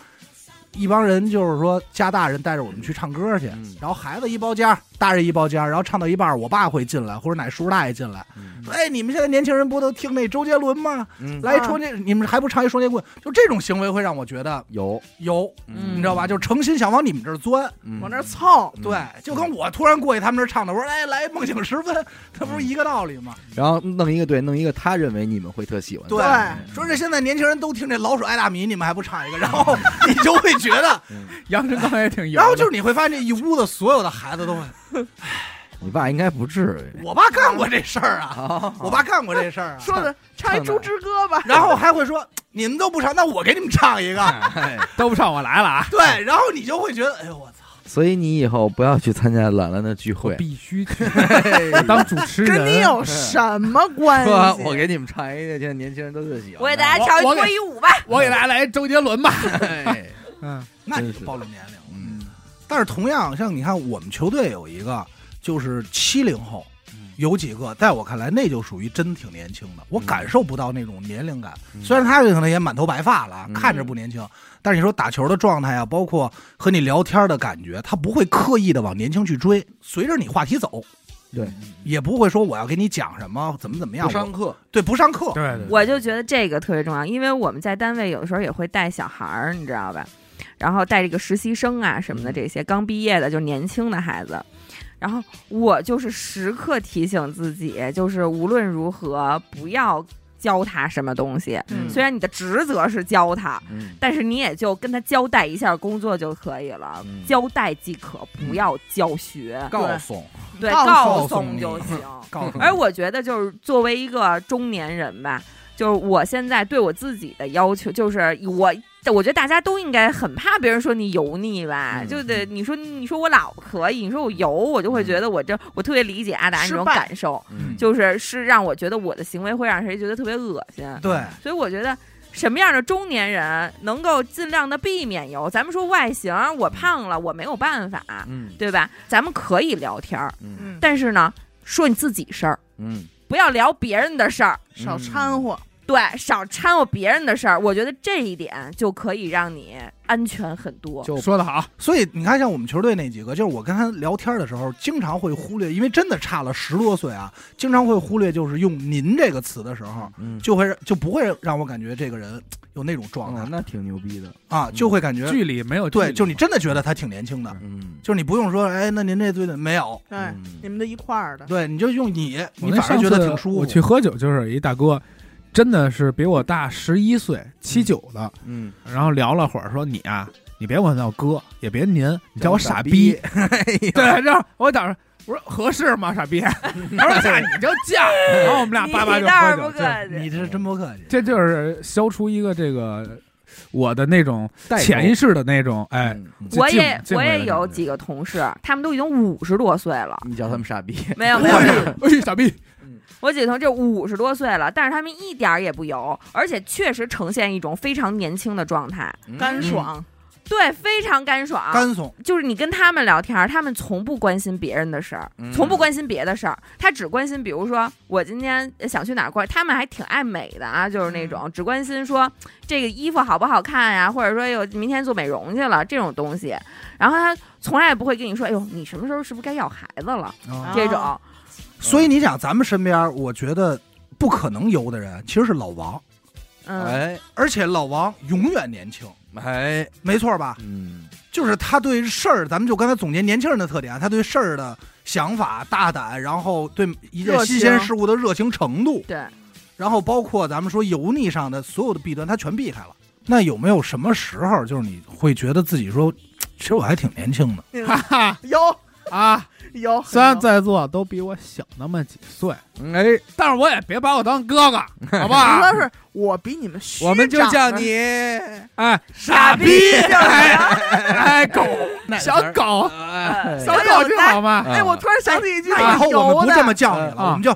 C: 一帮人就是说家大人带着我们去唱歌去，
A: 嗯
C: 然后孩子一包间儿，大人一包间儿，然后唱到一半儿，我爸会进来或者哪叔叔大爷进来，
A: 嗯
C: 说：“哎，你们现在年轻人不都听那周杰伦吗？
A: 嗯
C: 来一双节，你们还不唱一双节棍？”就这种行为会让我觉得
A: 有，
C: 有，
E: 嗯
C: 你知道吧？就诚心想往你们这儿钻。
A: 嗯
D: 往那儿凑，
A: 嗯
C: 对，就跟我突然过去他们这儿唱的，我说哎来梦醒时分， 它不是
A: 嗯
C: 一个道理吗？
A: 然后弄一个对，弄一个他认为你们会特喜欢的。嗯
C: 对
D: 对
C: 说这现在年轻人都听这老鼠爱大米，你们还不唱一个，然后你就会觉得，
B: 杨晨刚才也挺油的。
C: 然后就是你会发现这一屋子所有的孩子都会，
A: 你爸应该不至于。
C: 我爸干过这事儿啊，
A: 啊，
C: 我爸干过这事儿啊，
D: 说的唱一《猪之歌》吧，
C: 然后还会说你们都不唱，那我给你们唱 一个，
B: 都不上我来了啊！
C: 对，然后你就会觉得，哎呦我操，
A: 所以你以后不要去参加兰兰的聚会。
B: 必须去我当主持人。
D: 跟你有什么关系？
A: 说，我给你们唱一个，现在年轻人都最喜欢的。
E: 我给大家
B: 我
E: 跳一
B: 我给
E: 脱衣舞吧。
B: 我给大家来周杰伦吧。
A: 哎
B: 嗯，
C: 那你
A: 真
C: 就是暴露年龄了。
A: 嗯
C: 但是同样，像你看我们球队有一个就是七零后，有几个在我看来那就属于真挺年轻的，我
A: 嗯
C: 感受不到那种年龄感。
A: 嗯
C: 虽然他可能也满头白发了，
A: 嗯
C: 看着不年轻，但是你说打球的状态啊，包括和你聊天的感觉，他不会刻意的往年轻去追，随着你话题走，
A: 对，
C: 也不会说我要给你讲什么，怎么怎么样，
A: 不上
C: 我
A: 课，
C: 对不上课，
B: 对对
E: 我就觉得这个特别重要，因为我们在单位有的时候也会带小孩儿，你知道吧？然后带这个实习生啊什么的，这些刚毕业的就是年轻的孩子。然后我就是时刻提醒自己，就是无论如何不要教他什么东西。
A: 嗯
E: 虽然你的职责是教他，
A: 嗯
E: 但是你也就跟他交代一下工作就可以了，
A: 嗯
E: 交代即可，不要教学，
A: 告诉，
E: 嗯对，
D: 告
C: 诉
E: 告诉
C: 你
E: 就行。
C: 告诉你
E: 而哎我觉得，就是作为一个中年人吧，就是我现在对我自己的要求，就是我，我觉得大家都应该很怕别人说你油腻吧，
A: 嗯
E: 就得你说你说我老可以，你说我油，我就会觉得我这我特别理解阿达那
D: 失
E: 种
D: 败
E: 感受，
A: 嗯
E: 就是是让我觉得我的行为会让谁觉得特别恶心，
C: 对，
E: 所以我觉得。什么样的中年人能够尽量的避免油？咱们说外形，我胖了，我没有办法，
A: 嗯
E: 对吧？咱们可以聊天儿，
A: 嗯
D: 嗯，
E: 但是呢，说你自己事儿，
A: 嗯
E: 不要聊别人的事儿，
D: 少掺和，
E: 对，少掺和别人的事儿。我觉得这一点就可以让你安全很多。
A: 就
B: 说的好，
C: 所以你看，像我们球队那几个，就是我跟他聊天的时候，经常会忽略，因为真的差了十多岁啊，经常会忽略，就是用“您”这个词的时候，
A: 嗯，
C: 就会就不会让我感觉这个人嘖有那种状态、
A: 哦，那嗯挺牛逼的，
C: 啊，就会感觉、
B: 距离没有距
C: 对，
B: 离
C: 就是你真的觉得他挺年轻的，
A: 嗯，
C: 就是你不用说，哎，那您这队的没有，
D: 嗯对，你们的一块儿的，
C: 对，你就用你，
B: 我
C: 你
B: 那
C: 反
B: 上
C: 而觉得
B: 次
C: 挺舒
B: 我去
C: 服。
B: 喝酒就是一大哥，真的是比我大十一岁，七九的。
A: 嗯，
B: 然后聊了会儿，说你啊，你别管叫哥，也别您，你叫我傻逼。对，然后我打算我说合适吗，傻逼？ 他 说那你就叫。然后我们俩
E: 你
B: 叭叭就
E: 倒是
B: 喝
E: 不
B: 酒，这
E: 客气，
C: 你这真不客气，
B: 这就是消除一个这个我的那种
A: 代沟
B: 潜意识的那种哎。
A: 嗯，嗯
B: 这
E: 我
B: 敬
E: 也
B: 敬
E: 我
B: 畏的
E: 也
B: 感
E: 有
B: 觉
E: 几个同事，他们都已经五十多岁了，
A: 你叫他们傻逼，
E: 没有没有，没有
B: 哎，傻逼！
E: 我几个同事五十多岁了，但是他们一点儿也不油，而且确实呈现一种非常年轻的状态，
A: 嗯
D: 干爽，
E: 对，非常干爽，
C: 干怂，
E: 就是你跟他们聊天儿，他们从不关心别人的事儿，
A: 嗯
E: 从不关心别的事儿，他只关心，比如说我今天想去哪儿逛，他们还挺爱美的啊，就是
A: 嗯
E: 那种只关心说这个衣服好不好看呀、或者说有明天做美容去了这种东西，然后他从来也不会跟你说，哎呦，你什么时候是不是该要孩子了、
C: 啊
A: 哦
D: 啊
E: 这种，
C: 所以你想，咱们身边，我觉得不可能游的人其实是老王，
E: 嗯，
A: 哎
C: 而且老王永远年轻，
A: 哎，
C: 没错吧？
A: 嗯
C: 就是他对事儿，咱们就刚才总结年轻人的特点啊，他对事儿的想法大胆，然后对一件
D: 热情
C: 新鲜事物的热情程度，
E: 对，
C: 然后包括咱们说油腻上的所有的弊端，它全避开了。那有没有什么时候，就是你会觉得自己说，其实我还挺年轻的？
B: 哈哈
D: 有
B: 啊！
D: 有，
B: 虽然在座都比我小那么几岁，
A: 哎，
B: 但是我也别把我当 哥哥，好不
D: 主要
B: 好？
D: 是我比你们虚
A: 我们就
D: 长
A: 叫
D: 着
A: 你
B: 哎，
D: 傻逼叫
B: 哎
D: 啥？
B: 哎，狗，小狗，
A: 哎
E: 呃
B: 小狗就好
A: 啊
B: 吗？
D: 哎，我突然想起一句
C: 那以后我们不这么叫你
E: 嗯
C: 了，
B: 啊
C: 我们就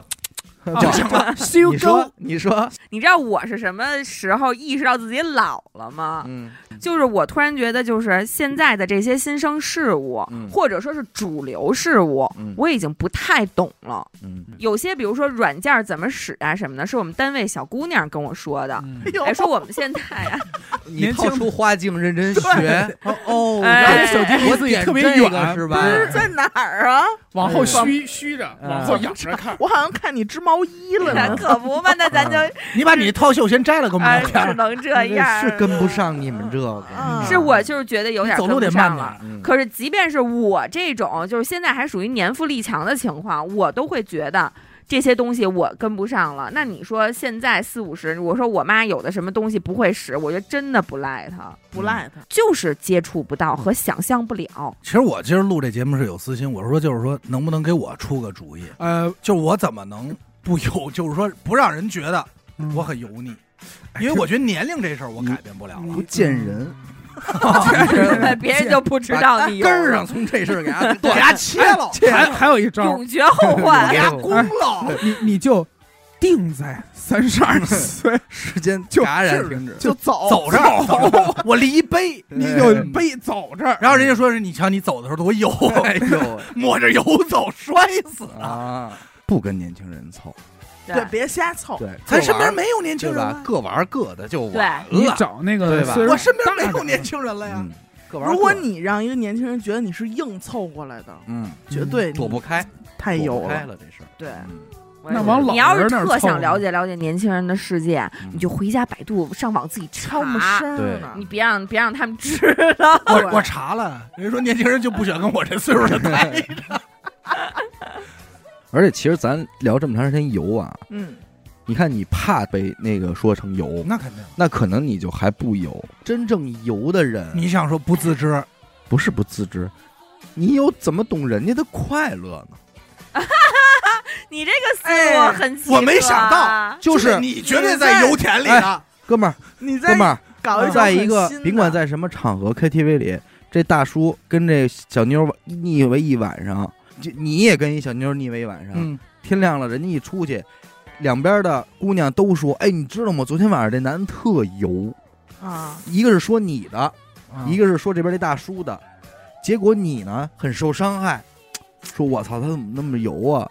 B: 啊
C: 就行了。
A: 哎你说，你说，
E: 你知道我是什么时候意识到自己老了吗？
A: 嗯
E: 就是我突然觉得，就是现在的这些新生事物，
A: 嗯
E: 或者说是主流事物，
A: 嗯
E: 我已经不太懂了。
A: 嗯，
E: 有些比如说软件怎么使啊什么的，是我们单位小姑娘跟我说的。
B: 嗯
D: 哎呦
E: 哎，说我们现在啊，
A: 你
B: 年轻
A: 掏出花镜认 真学哦哦，
E: 哎
A: 我
E: 手
B: 机离
A: 我
B: 自己
A: 点
B: 特别
A: 这个
B: 远
A: 是
D: 不
A: 吧？哎
D: 是
B: 哎
D: 在哪儿啊？
B: 往后虚虚着，
A: 嗯
B: 往后仰着看。
D: 我好像看你织毛衣了
A: 啊
D: 呢。
E: 可不嘛，那咱就
C: 你把你的套袖先摘了， 跟我
E: 哎
C: 们聊
E: 只
C: 天。
E: 能这样。
A: 是跟不上你们这个，
D: 啊
E: 是我就是觉得有点
C: 走路
E: 跟
C: 得
E: 不
C: 慢
E: 上
C: 点
E: 了。
C: 儿。
A: 嗯
E: 可是，即便是我这种，就是现在还属于年富力强的情况，我都会觉得这些东西我跟不上了。那你说现在四五十，我说我妈有的什么东西不会使，我觉得真的不赖她，
D: 不赖
A: 嗯
D: 他，
E: 就是接触不到和想象不了。
C: 其实我今儿录这节目是有私心，我是说就是说，能不能给我出个主意？
B: 呃，
C: 就是我怎么能不油？就是说不让人觉得我很油腻，
A: 哎
C: 因为我觉得年龄这事儿我
A: 嗯
C: 改变不了了。
A: 不见人，
E: 别人就不嗯知道你有啊
A: 根儿上从这事儿给 他
C: 给
A: 断，
C: 它切了，
B: 还还有一招，哎
E: 永绝后患啊
A: 给。
C: 它
A: 他
C: 攻了，
B: 你你就定在三十二岁，
A: 时间戛然停止。
D: 就走
C: 走这
A: 哦
C: 儿，我离杯，
A: 嗯
B: 你就背走这儿。
C: 然后人家说是你瞧你走的时候多油，
A: 哎 呦
C: 抹着油走摔死啊！
A: 啊！不跟年轻人凑，
D: 对，别瞎凑。
A: 对，
C: 咱身边
A: 各玩
C: 没有年轻
A: 对
C: 人
A: 吧？
C: 了，
A: 各玩各的就
E: 对
A: 完
B: 你
A: 了，嗯
B: 找那个
A: 对吧
B: 岁数
C: 我身边没
B: 大
C: 有
B: 的
C: 年轻人了呀。
A: 嗯，各玩各
D: 如果你让一个年轻人觉得你是硬凑过来的，
A: 嗯
D: 绝对
A: 躲不
D: 你
A: 开，
D: 太
A: 躲
D: 油
A: 不开
D: 了。
A: 了这事儿。
D: 对，
A: 嗯
E: 哎我也
B: 那
E: 觉
B: 往
E: 得
B: 老
E: 你要是
B: 人那儿
E: 特想
B: 凑
E: 了解了解年轻人的世界，
A: 嗯
E: 你就回家百度上网自己
D: 敲木
E: 查，
D: 声啊儿呢
E: 你，别让别让他们知道。
C: 我我查了，人家说年轻人就不选跟我这岁数的待
A: 哎
C: 着。
A: 而且其实咱聊这么长时间油啊，
D: 嗯，
A: 你看你怕被那个说成油，
C: 那肯定，
A: 那可能你就还不油。真正油的人，
C: 你想说不自知，
A: 不是不自知，你有怎么懂人家的快乐呢？
E: 你这个思
D: 哎
E: 路很奇
C: 我没
E: 特
C: 想到
E: 啊
A: 就是哎
C: 你绝对在油田里的，
A: 哥们儿，
D: 你
A: 哥
D: 再
A: 们儿，
D: 搞一种
A: 在一个
D: 很新的
A: 甭管在什么场合，KTV 里，这大叔跟这小妞儿腻歪一晚上，就你也跟一小妞儿腻歪一晚上，
C: 嗯，
A: 天亮了，人家一出去，两边的姑娘都说：“哎，你知道吗？昨天晚上这男的特油。
D: 啊”，
A: 一个是说你的，一
C: 个
A: 个是说这边这大叔的，结果你呢很受伤害，说我操，他怎么那么油啊？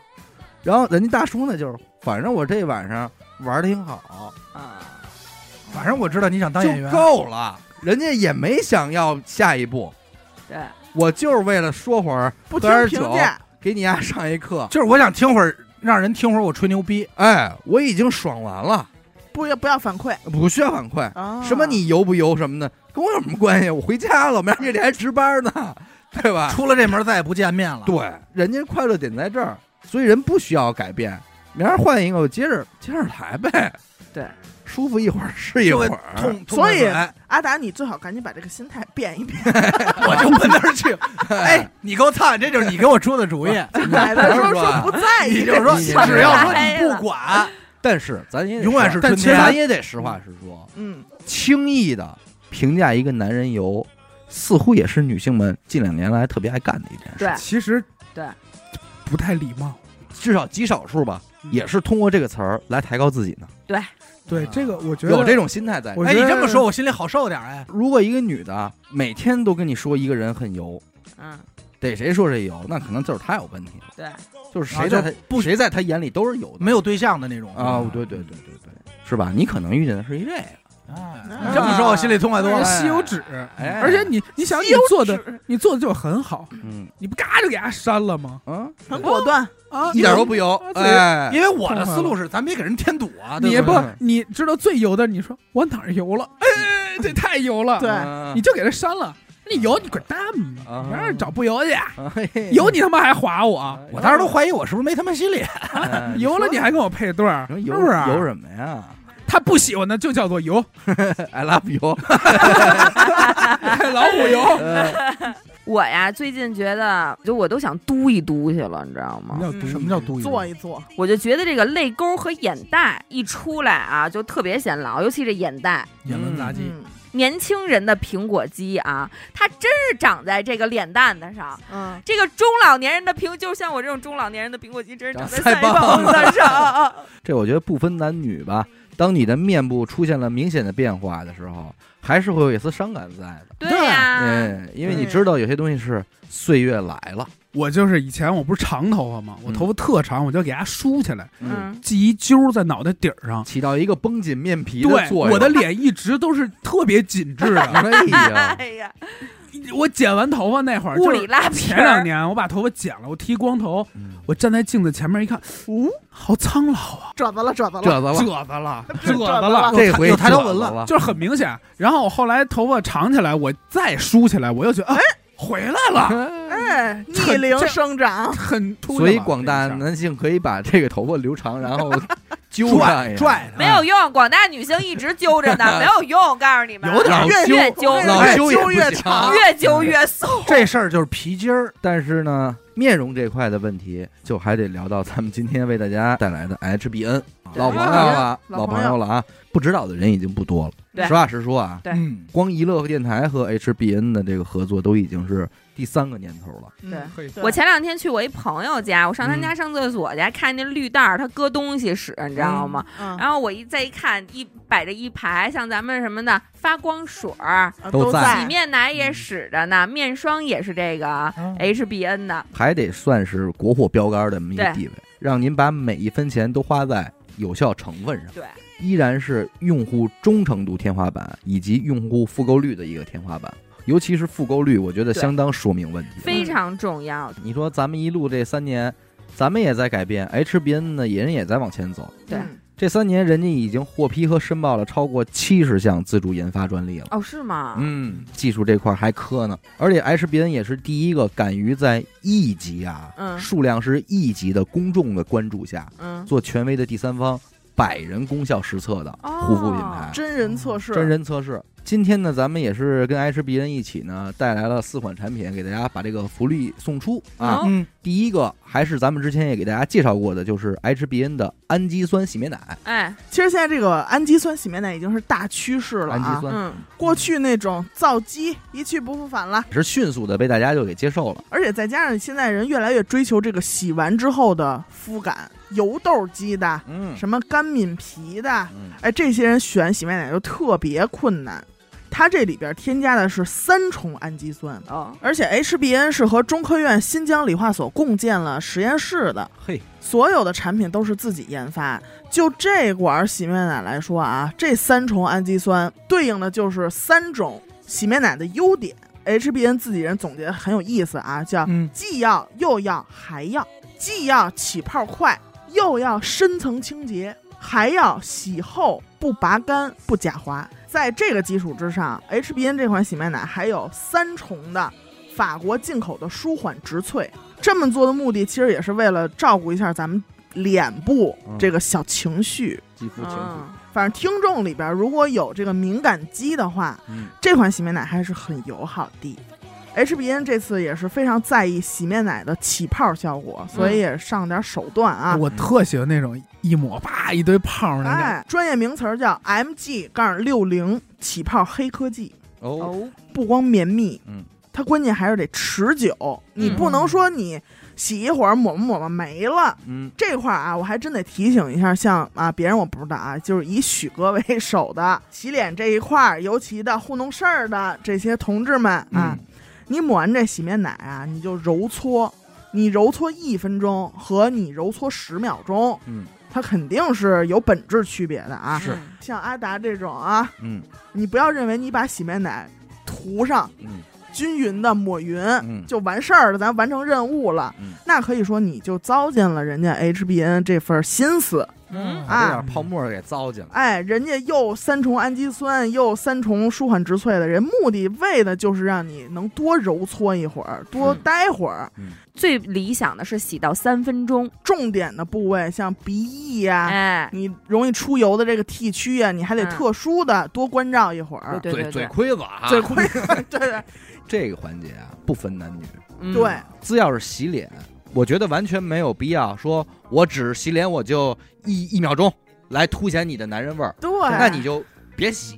A: 然后人家大叔呢就是，反正我这晚上玩的挺好，
C: 反正我知道你想当
A: 就
C: 演员，
A: 够了，人家也没想要下一步。
E: 对，
A: 我就是为了说会儿，
D: 不
A: 喝点
D: 听评
A: 酒，
D: 价，
A: 给你丫、啊上一课。
C: 就是我想听会儿，让人听会儿我吹牛逼。
A: 哎，我已经爽完了，
D: 不要不要反馈
A: 不需要反馈。
D: 啊。
A: 什么你油不油什么的，跟我有什么关系？我回家了，我明儿夜里还值班呢，对吧？
C: 出了这门再也不见面了。
A: 哎对，人家快乐点在这儿，所以人不需要改变。明儿换一个，我接着接着来呗。
E: 对，
A: 舒服一会儿是一
C: 就
A: 会
C: 会
A: 儿。
C: 痛，痛
D: 所以
C: 快快
D: 阿达，你最好赶紧把这个心态变一变。
C: 我就奔那儿去。哎，你给我操，这就是你给我出的主意。
D: 买 的时候说不在意，
C: 你就是说，
A: 你
C: 只
A: 这
C: 要说你不管，
A: 但是咱也得
C: 永远是
A: 说但
C: 春
A: 其实
C: 天
A: 咱也得实话实说，
D: 嗯，
A: 轻易的评价一个男人油，似乎也是女性们近两年来特别爱干的一件事。
E: 对
B: 其实
E: 对，
B: 不太礼貌。
A: 至少极少数吧，
B: 嗯
A: 也是通过这个词儿来抬高自己呢，
B: 对
A: 啊
B: 这个，我觉得
A: 有这种心态在。
B: 我
C: 哎，
B: 觉
C: 你
B: 得
C: 这么说，我心里好受点儿。哎，
A: 如果一个女的啊每天都跟你说一个人很油，
E: 嗯，
A: 逮谁说谁油，那可能就是她有问题，
E: 对，
A: 就是
C: 啊
A: 谁
C: 就
A: 在她不谁在她眼里都是油的，
C: 没有对象的那种
A: 啊、对对对对对，是吧？你可能遇见的是一这个，
C: 哎你这么说，我心里痛快多
B: 这
C: 了。
B: 是
A: 哎
B: 稀有纸，
A: 哎
B: 而且你你想你做的你做的就很好，
A: 嗯
B: 你不嘎就给他删了吗？
A: 啊，
D: 很果断，
B: 啊，
A: 一点都不油，
B: 对
A: 哎
C: 因，为我的思路是，咱别给人添堵啊。对
B: 你不
C: 不
A: 嗯
C: 对，
B: 你知道最油的，你说我哪儿油了？哎，这太油了，
D: 对
A: 嗯
B: 你就给他删了。你有你滚蛋吧，
A: 啊
B: 你让人找不由去，
A: 哎
B: 有你他妈还划我，
C: 我当时都怀疑我是不是没他妈心理，
A: 哎
B: 游了你还跟我配对儿，
A: 你说
B: 是
A: 游游
B: 不是？
A: 什么呀
B: 他不喜欢的就叫做游，
A: ？I love you。
B: 老虎游，
A: 呃
E: 我呀，最近觉得就我都想嘟一嘟去了，你知道吗？
C: 叫
D: 嗯
C: 什么叫嘟一嘟
D: 做一做，
E: 我就觉得这个泪沟和眼袋一出来啊，就特别显老，尤其这眼袋。
C: 言论杂技？
D: 嗯
E: 年轻人的苹果肌啊，它真是长在这个脸蛋子上。
D: 嗯，
E: 这个中老年人的苹，就像我这种中老年人的苹果肌，真是长在
A: 长腮
E: 腮帮子上。啊
A: 这我觉得不分男女吧。当你的面部出现了明显的变化的时候，还是会有一丝伤感在的。
E: 对呀、
A: 嗯，因为你
D: 对
A: 知道有些东西是岁月来了。
B: 我就是以前我不是长头发吗？我头发特长，我就给它梳起来，
E: 嗯，
B: 系一揪在脑袋顶儿上。
A: 起到一个绷紧面皮的
B: 对，
A: 作用。
B: 我的脸一直都是特别紧致 的。
A: 哎呀，
E: 哎呀，
B: 我剪完头发那会儿，
E: 物
B: 就
E: 理
B: 是
E: 拉皮
B: 前两
E: 儿，
B: 年我把头发剪了，我剃光头，
A: 嗯
B: 我站在镜子前面一看，哦，好苍老啊，
D: 褶子了，褶子了，
A: 这怎么？
B: 褶子了，
D: 褶
B: 褶
D: 子
B: 子
D: 了
B: 了，
A: 这回
C: 有抬头
A: 褶
C: 纹
A: 子
C: 了
A: 了，
B: 就是很明显。然后我后来头发长起来，我再梳起来，我又觉得哎，回来 了，
D: 哎，逆龄
B: 这
D: 生 长，
B: 很突
A: 所以
B: 了
A: 广大
B: 这一下
A: 男性可以把这个头发留长，然 后揪上
C: 拽
A: 一下
C: 拽
E: 没有用。广大女性一直揪着 呢，没有啊嗯用。告诉你们，
A: 有点儿
E: 越
A: 揪
E: 越揪
A: 老
C: 哎
A: 揪也
D: 揪
A: 不
D: 越
A: 行
D: 长
E: 越揪越松。
C: 这事儿就是皮筋儿，
A: 但是呢，面容这块的问题，就还得聊到咱们今天为大家带来的 HBN 老朋友了，
D: 老
A: 老朋
D: 朋友
A: 友了啊！不知道的人已经不多
E: 对
A: 了。实话实说啊，
E: 对
C: 嗯，
A: 光娱乐电台和 HBN 的这个合作都已经是第三个年头了。
D: 嗯
B: 可以
D: 对
E: 我前两天去我一朋友家，我上他家上厕所去，看那绿袋儿，他搁东西使，你知道吗？
D: 嗯
E: 然后我一再一看，一摆着一排，像咱们什么的发光水儿、
D: 啊
A: 都在
E: 洗面奶也使着呢，面霜也是这个
C: 嗯
E: HBN 的。
A: 还得算是国货标杆的这么一个
E: 对
A: 地位，让您把每一分钱都花在有效成分上，
E: 对，
A: 依然是用户忠诚度天花板以及用户复购率的一个天花板。尤其是复购率，我觉得
E: 对
A: 相当说明问题。
E: 非常重要。
A: 你说咱们一路这三年，咱们也在改变，HBN 呢，人也在往前走。
E: 对
D: 嗯
A: 这三年，人家已经获批和申报了超过七十项自主研发专利了。
E: 哦，是吗？
A: 嗯，技术这块还磕呢，而且 HBN 也是第一个敢于在亿级啊，
E: 嗯
A: 数量是亿级的公众的关注下，
E: 嗯，
A: 做权威的第三方百人功效实测的
E: 哦
A: 护肤品牌、
D: 真人测试，
A: 真人测试。今天呢，咱们也是跟 HBN 一起呢，带来了四款产品，给大家把这个福利送出啊。
E: 哦
C: 嗯，
A: 第一个还是咱们之前也给大家介绍过的，就是 HBN 的氨基酸洗面奶，
E: 哎，
D: 其实现在这个氨基酸洗面奶已经是大趋势了
A: 氨基
D: 啊！
A: 酸
E: 嗯，
D: 过去那种皂基一去不复返了，
A: 是迅速的被大家就给接受了。
D: 而且再加上现在人越来越追求这个洗完之后的肤感，油痘肌的，
A: 嗯
D: 什么干敏皮的，
A: 嗯，
D: 哎，这些人选洗面奶就特别困难。它这里边添加的是三重氨基酸，
E: 哦，
D: 而且 HBN 是和中科院新疆理化所共建了实验室的，
A: 嘿，
D: 所有的产品都是自己研发。就这管洗面奶来说啊，这三重氨基酸对应的就是三种洗面奶的优点。HBN 自己人总结得很有意思啊，叫
C: 嗯
D: 既要又要还要，既要起泡快，又要深层清洁，还要洗后不拔干不假滑。在这个基础之上，HBN 这款洗面奶还有三重的法国进口的舒缓植萃。这么做的目的其实也是为了照顾一下咱们脸部
A: 嗯
D: 这个小情绪。
A: 肌肤情绪，
E: 嗯，
D: 反正听众里边如果有这个敏感肌的话，
A: 嗯，
D: 这款洗面奶还是很友好的。HBN 这次也是非常在意洗面奶的起泡效果，
A: 嗯
D: 所以也上点手段啊。
B: 我特喜欢那种一抹啪一堆泡儿那种。
D: 哎，专业名词儿叫 MG 杠六零起泡黑科技，
A: 哦，
E: 哦，
D: 不光绵密，
A: 嗯，
D: 它关键还是得持久，你不能说你洗一会儿抹吧抹吧没了。
A: 嗯，
D: 这块儿啊，我还真得提醒一下，像啊别人我不知道啊， 就是以许哥为首的 洗脸这一块儿，尤其的糊弄事儿的这些同志们
A: 嗯
D: 啊，你抹完这洗面奶啊，你就揉搓，你揉搓一分钟和你揉搓十秒钟，
A: 嗯，
D: 它肯定是有本质区别的
E: 嗯
D: 啊。
A: 是
D: 像阿达这种啊，
A: 嗯
D: 你不要认为你把洗面奶涂上
A: 嗯
D: 均匀的抹匀，
A: 嗯，
D: 就完事儿了，咱完成任务了。
A: 嗯
D: 那可以说你就糟践了人家 HBN 这份心思。
E: 嗯
A: 把这点泡沫给糟践了。
D: 哎，人家又三重氨基酸，又三重舒缓植萃的，人目的为的就是让你能多揉搓一会儿，多
A: 嗯
D: 待会儿。
E: 最理想的是洗到三分钟，
D: 重点的部位像鼻翼呀、
E: 哎，
D: 你容易出油的这个剃区呀、你还得
E: 嗯
D: 特殊的多关照一会儿。
E: 对对
A: 嘴嘴
E: 对，
A: 盔子啊，
D: 嘴亏，对对
A: 这个环节啊，不分男女。
E: 嗯
D: 对，
A: 只要是洗脸，我觉得完全没有必要说，我只洗脸我就一一秒钟来凸显你的男人味儿，
D: 对，
A: 那你就别洗，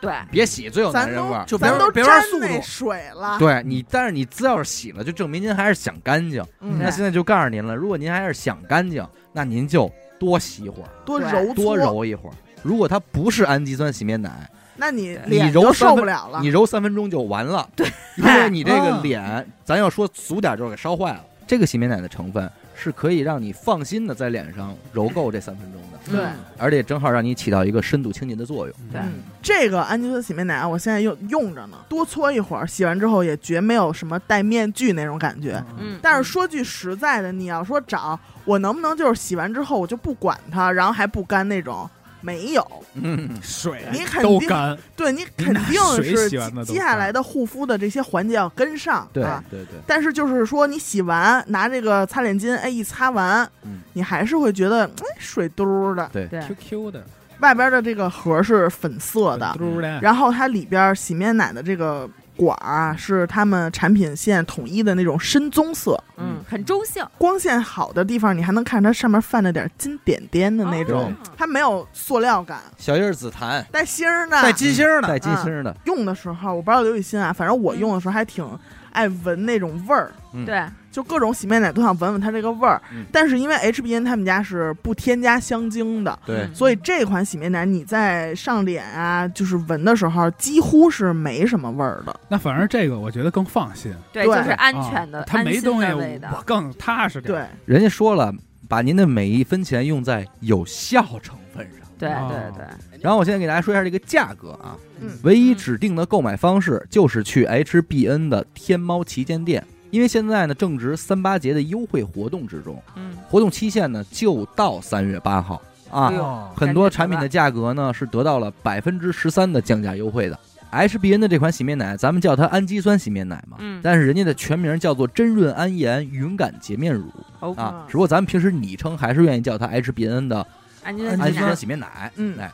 E: 对，
A: 别洗最有
D: 咱
A: 男人味儿
D: 都。
C: 就别
D: 咱都
C: 别玩
D: 沾
C: 速度
D: 那水了，
A: 对你，但是你只要是洗了，就证明您还是想干净。
D: 嗯
A: 那现在就告诉您了，如果您还是想干净，那您就多洗一会儿，
D: 多
E: 对
D: 揉搓
A: 多，揉一会儿。如果它不是氨基酸洗面奶，
D: 那你
A: 你
D: 脸
A: 揉
D: 就
A: 三
D: 受不
A: 分
D: 了了
A: 你。揉三分钟就完了。对，因为你这个脸，咱要说俗点儿就是给烧坏了。这个洗面奶的成分是可以让你放心的在脸上揉够这三分钟
E: 嗯
A: 的，
D: 对
A: 嗯而且正好让你起到一个深度清洁的作用。
E: 对
D: 嗯，这个氨基酸洗面奶啊我现在用用着呢，多搓一会儿，洗完之后也绝没有什么戴面具那种感觉。
E: 嗯，
D: 但是说句实在的，你要说找我能不能就是洗完之后我就不管它，然后还不干那种，没有，
A: 嗯，
B: 水
D: 你肯
B: 都
D: 定
B: 干，
D: 对你肯定
B: 水
D: 是
B: 洗完的都
D: 接下来的护肤的这些环节要跟上，
A: 对
D: 啊。
A: 对对，
D: 但是就是说，你洗完拿这个擦脸巾，哎，一擦完，
A: 嗯
D: 你还是会觉得哎水嘟儿的，
E: 对
B: QQ 的，
D: 外边的这个盒是粉色的，
B: 嘟的，
D: 然后它里边洗面奶的这个管儿啊，是他们产品线统一的那种深棕色，
E: 嗯，很中性，
D: 光线好的地方你还能看它上面泛着点金点点的那种，
A: 哦
E: 嗯
D: 它没有塑料感，
A: 小叶儿紫檀
D: 带芯儿
A: 啊
D: 呢。
C: 带金星儿呢，
A: 带金星儿的，
D: 用的时候我不知道刘雨欣啊，反正我用的时候还挺爱闻那种味儿。
E: 对，
D: 就各种洗面奶都想闻闻它这个味儿，
A: 嗯
D: 但是因为 HBN 他们家是不添加香精的，
A: 对
E: 嗯
D: 所以这款洗面奶你在上脸啊，就是闻的时候几乎是没什么味儿的。
B: 那反正这个我觉得更放心，
E: 对，
D: 对
E: 就是安全的，
B: 啊它
E: 安
B: 没
E: 心的
B: 东西，
E: 味
B: 我
E: 道，
B: 更踏实点。
D: 对，
A: 人家说了，把您的每一分钱用在有效成分上。
E: 对
B: 哦
E: 对对，
A: 然后我现在给大家说一下这个价格啊，
D: 嗯
A: 唯一指定的购买方式就是去 HBN 的天猫旗舰店，因为现在呢正值三八节的优惠活动之中，
E: 嗯，
A: 活动期限呢就到三月八号啊
E: 哎，呦
C: 哦
A: 很多产品的价格呢是得到了百分之十三的降价优惠的。HBN 的这款洗面奶，咱们叫它氨基酸洗面奶嘛，
E: 嗯
A: 但是人家的全名叫做真润安颜云感洁面乳
E: 哦
A: 啊
D: 啊，
A: 只不过咱们平时昵称还是愿意叫它 HBN 的
E: 安全
A: 氨
E: 安
A: 基酸洗面奶，
D: 嗯
A: 哎，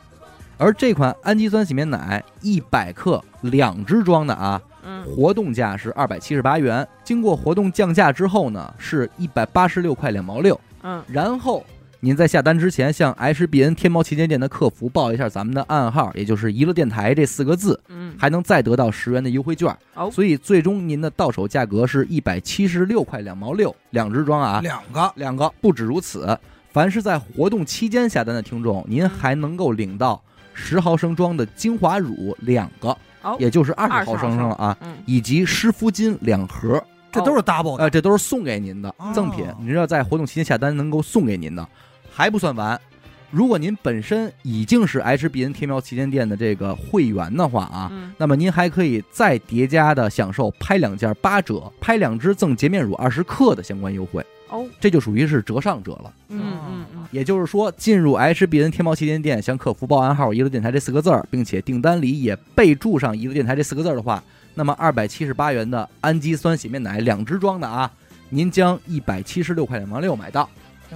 A: 而这款氨基酸洗面奶一百克两支装的啊，
E: 嗯，
A: 活动价是二百七十八元，经过活动降价之后呢，是一百八十六块两毛六，
E: 嗯，
A: 然后。您在下单之前，向 HBN 天猫旗舰店的客服报一下咱们的暗号，也就是“娱乐电台”这四个字，
E: 嗯，
A: 还能再得到十元的优惠券。
E: 哦
A: 所以最终您的到手价格是一百七十六块两毛六，两支装啊，
C: 两个，
A: 两个。不止如此，凡是在活动期间下单的听众，您还能够领到十毫升装的精华乳两个，
E: 哦
A: 也就是二
E: 20
A: 十毫升了啊，
E: 嗯，
A: 以及湿敷巾两盒，
C: 这都是 double 的
A: 呃，这都是送给您的
C: 哦
A: 赠品。您要在活动期间下单，能够送给您的，还不算完。如果您本身已经是 HBN 天猫旗舰店的这个会员的话啊，
E: 嗯，
A: 那么您还可以再叠加的享受拍两件八折、拍两支赠洁面乳二十克的相关优惠，
E: 哦，
A: 这就属于是折上折了。
E: 嗯嗯嗯，
A: 也就是说，进入 HBN 天猫旗舰店，向客服报暗号“一路电台”这四个字儿，并且订单里也备注上“一路电台”这四个字儿的话，那么二百七十八元的氨基酸洗面奶两支装的啊，您将一百七十六块两毛六买到，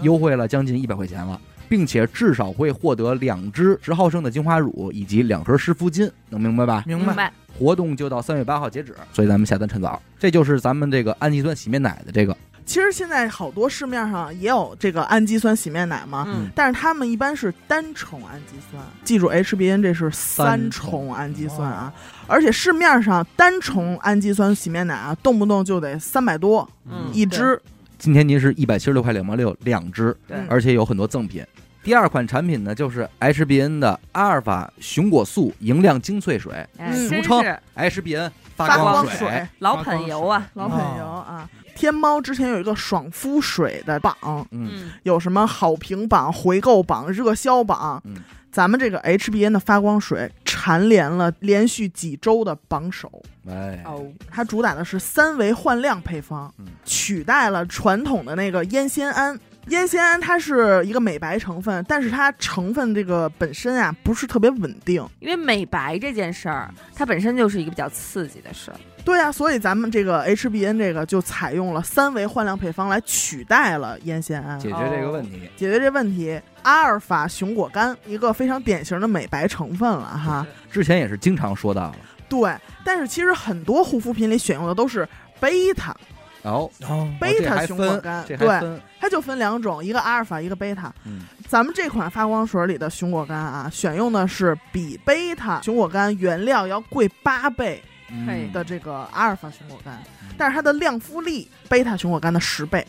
A: 优惠了将近一百块钱了，并且至少会获得两支十毫升的精华乳以及两盒湿敷巾，能明白吧？
C: 明
E: 明
C: 白？
E: 白，
A: 活动就到三月八号截止，所以咱们下单趁早。这就是咱们这个氨基酸洗面奶的这个，
D: 其实现在好多市面上也有这个氨基酸洗面奶嘛，
E: 嗯，
D: 但是他们一般是单重氨基酸。记住，HBN 这是三
A: 三重
D: 重氨基酸啊，而且市面上单重氨基酸洗面奶啊，动不动就得三百多
E: 嗯
D: 一支。
A: 今天您是一百七十六块两毛六两支，
E: 对
D: 嗯
A: 而且有很多赠品。第二款产品呢，就是 HBN 的阿尔法熊果素莹亮精粹水
E: 哎
D: 俗
E: 真
A: 称
E: 是
A: ，HBN 发
D: 发
A: 光
D: 光
A: 水。
D: 水
E: 老盆油啊，
D: 老粉油啊。天猫之前有一个爽肤水的榜，
A: 嗯，
E: 嗯，
D: 有什么好评榜、回购榜、热销榜。
A: 嗯
D: 咱们这个 HBN 的发光水蝉联了连续几周的榜首，
A: 哎，
E: 哦，
D: 它主打的是三维焕亮配方，
A: 嗯
D: 取代了传统的那个烟酰胺。烟酰胺它是一个美白成分，但是它成分这个本身啊不是特别稳定。
E: 因为美白这件事儿，它本身就是一个比较刺激的事儿。
D: 对啊，所以咱们这个 HBN 这个就采用了三维换量配方来取代了烟酰胺，
A: 解决这个问题。
D: 解决这问题。阿尔法熊果苷一个非常典型的美白成分了哈，
A: 之前也是经常说到了，啊
D: 对。但是其实很多护肤品里选用的都是贝塔，
A: 哦，
C: 哦，
D: 贝
A: 这
D: 塔
A: 还
D: 熊果
A: 分
D: 苷，
A: 这还
D: 对，
A: 分，
D: 它就分两种，一个阿尔法，一个贝塔。
A: 嗯，
D: 咱们这款发光水里的熊果苷啊，选用的是比贝塔熊果苷原料要贵八倍
E: 可
A: 嗯
E: 以
D: 的这个阿尔法熊果苷，但是它的量肤力贝塔熊果苷的十倍。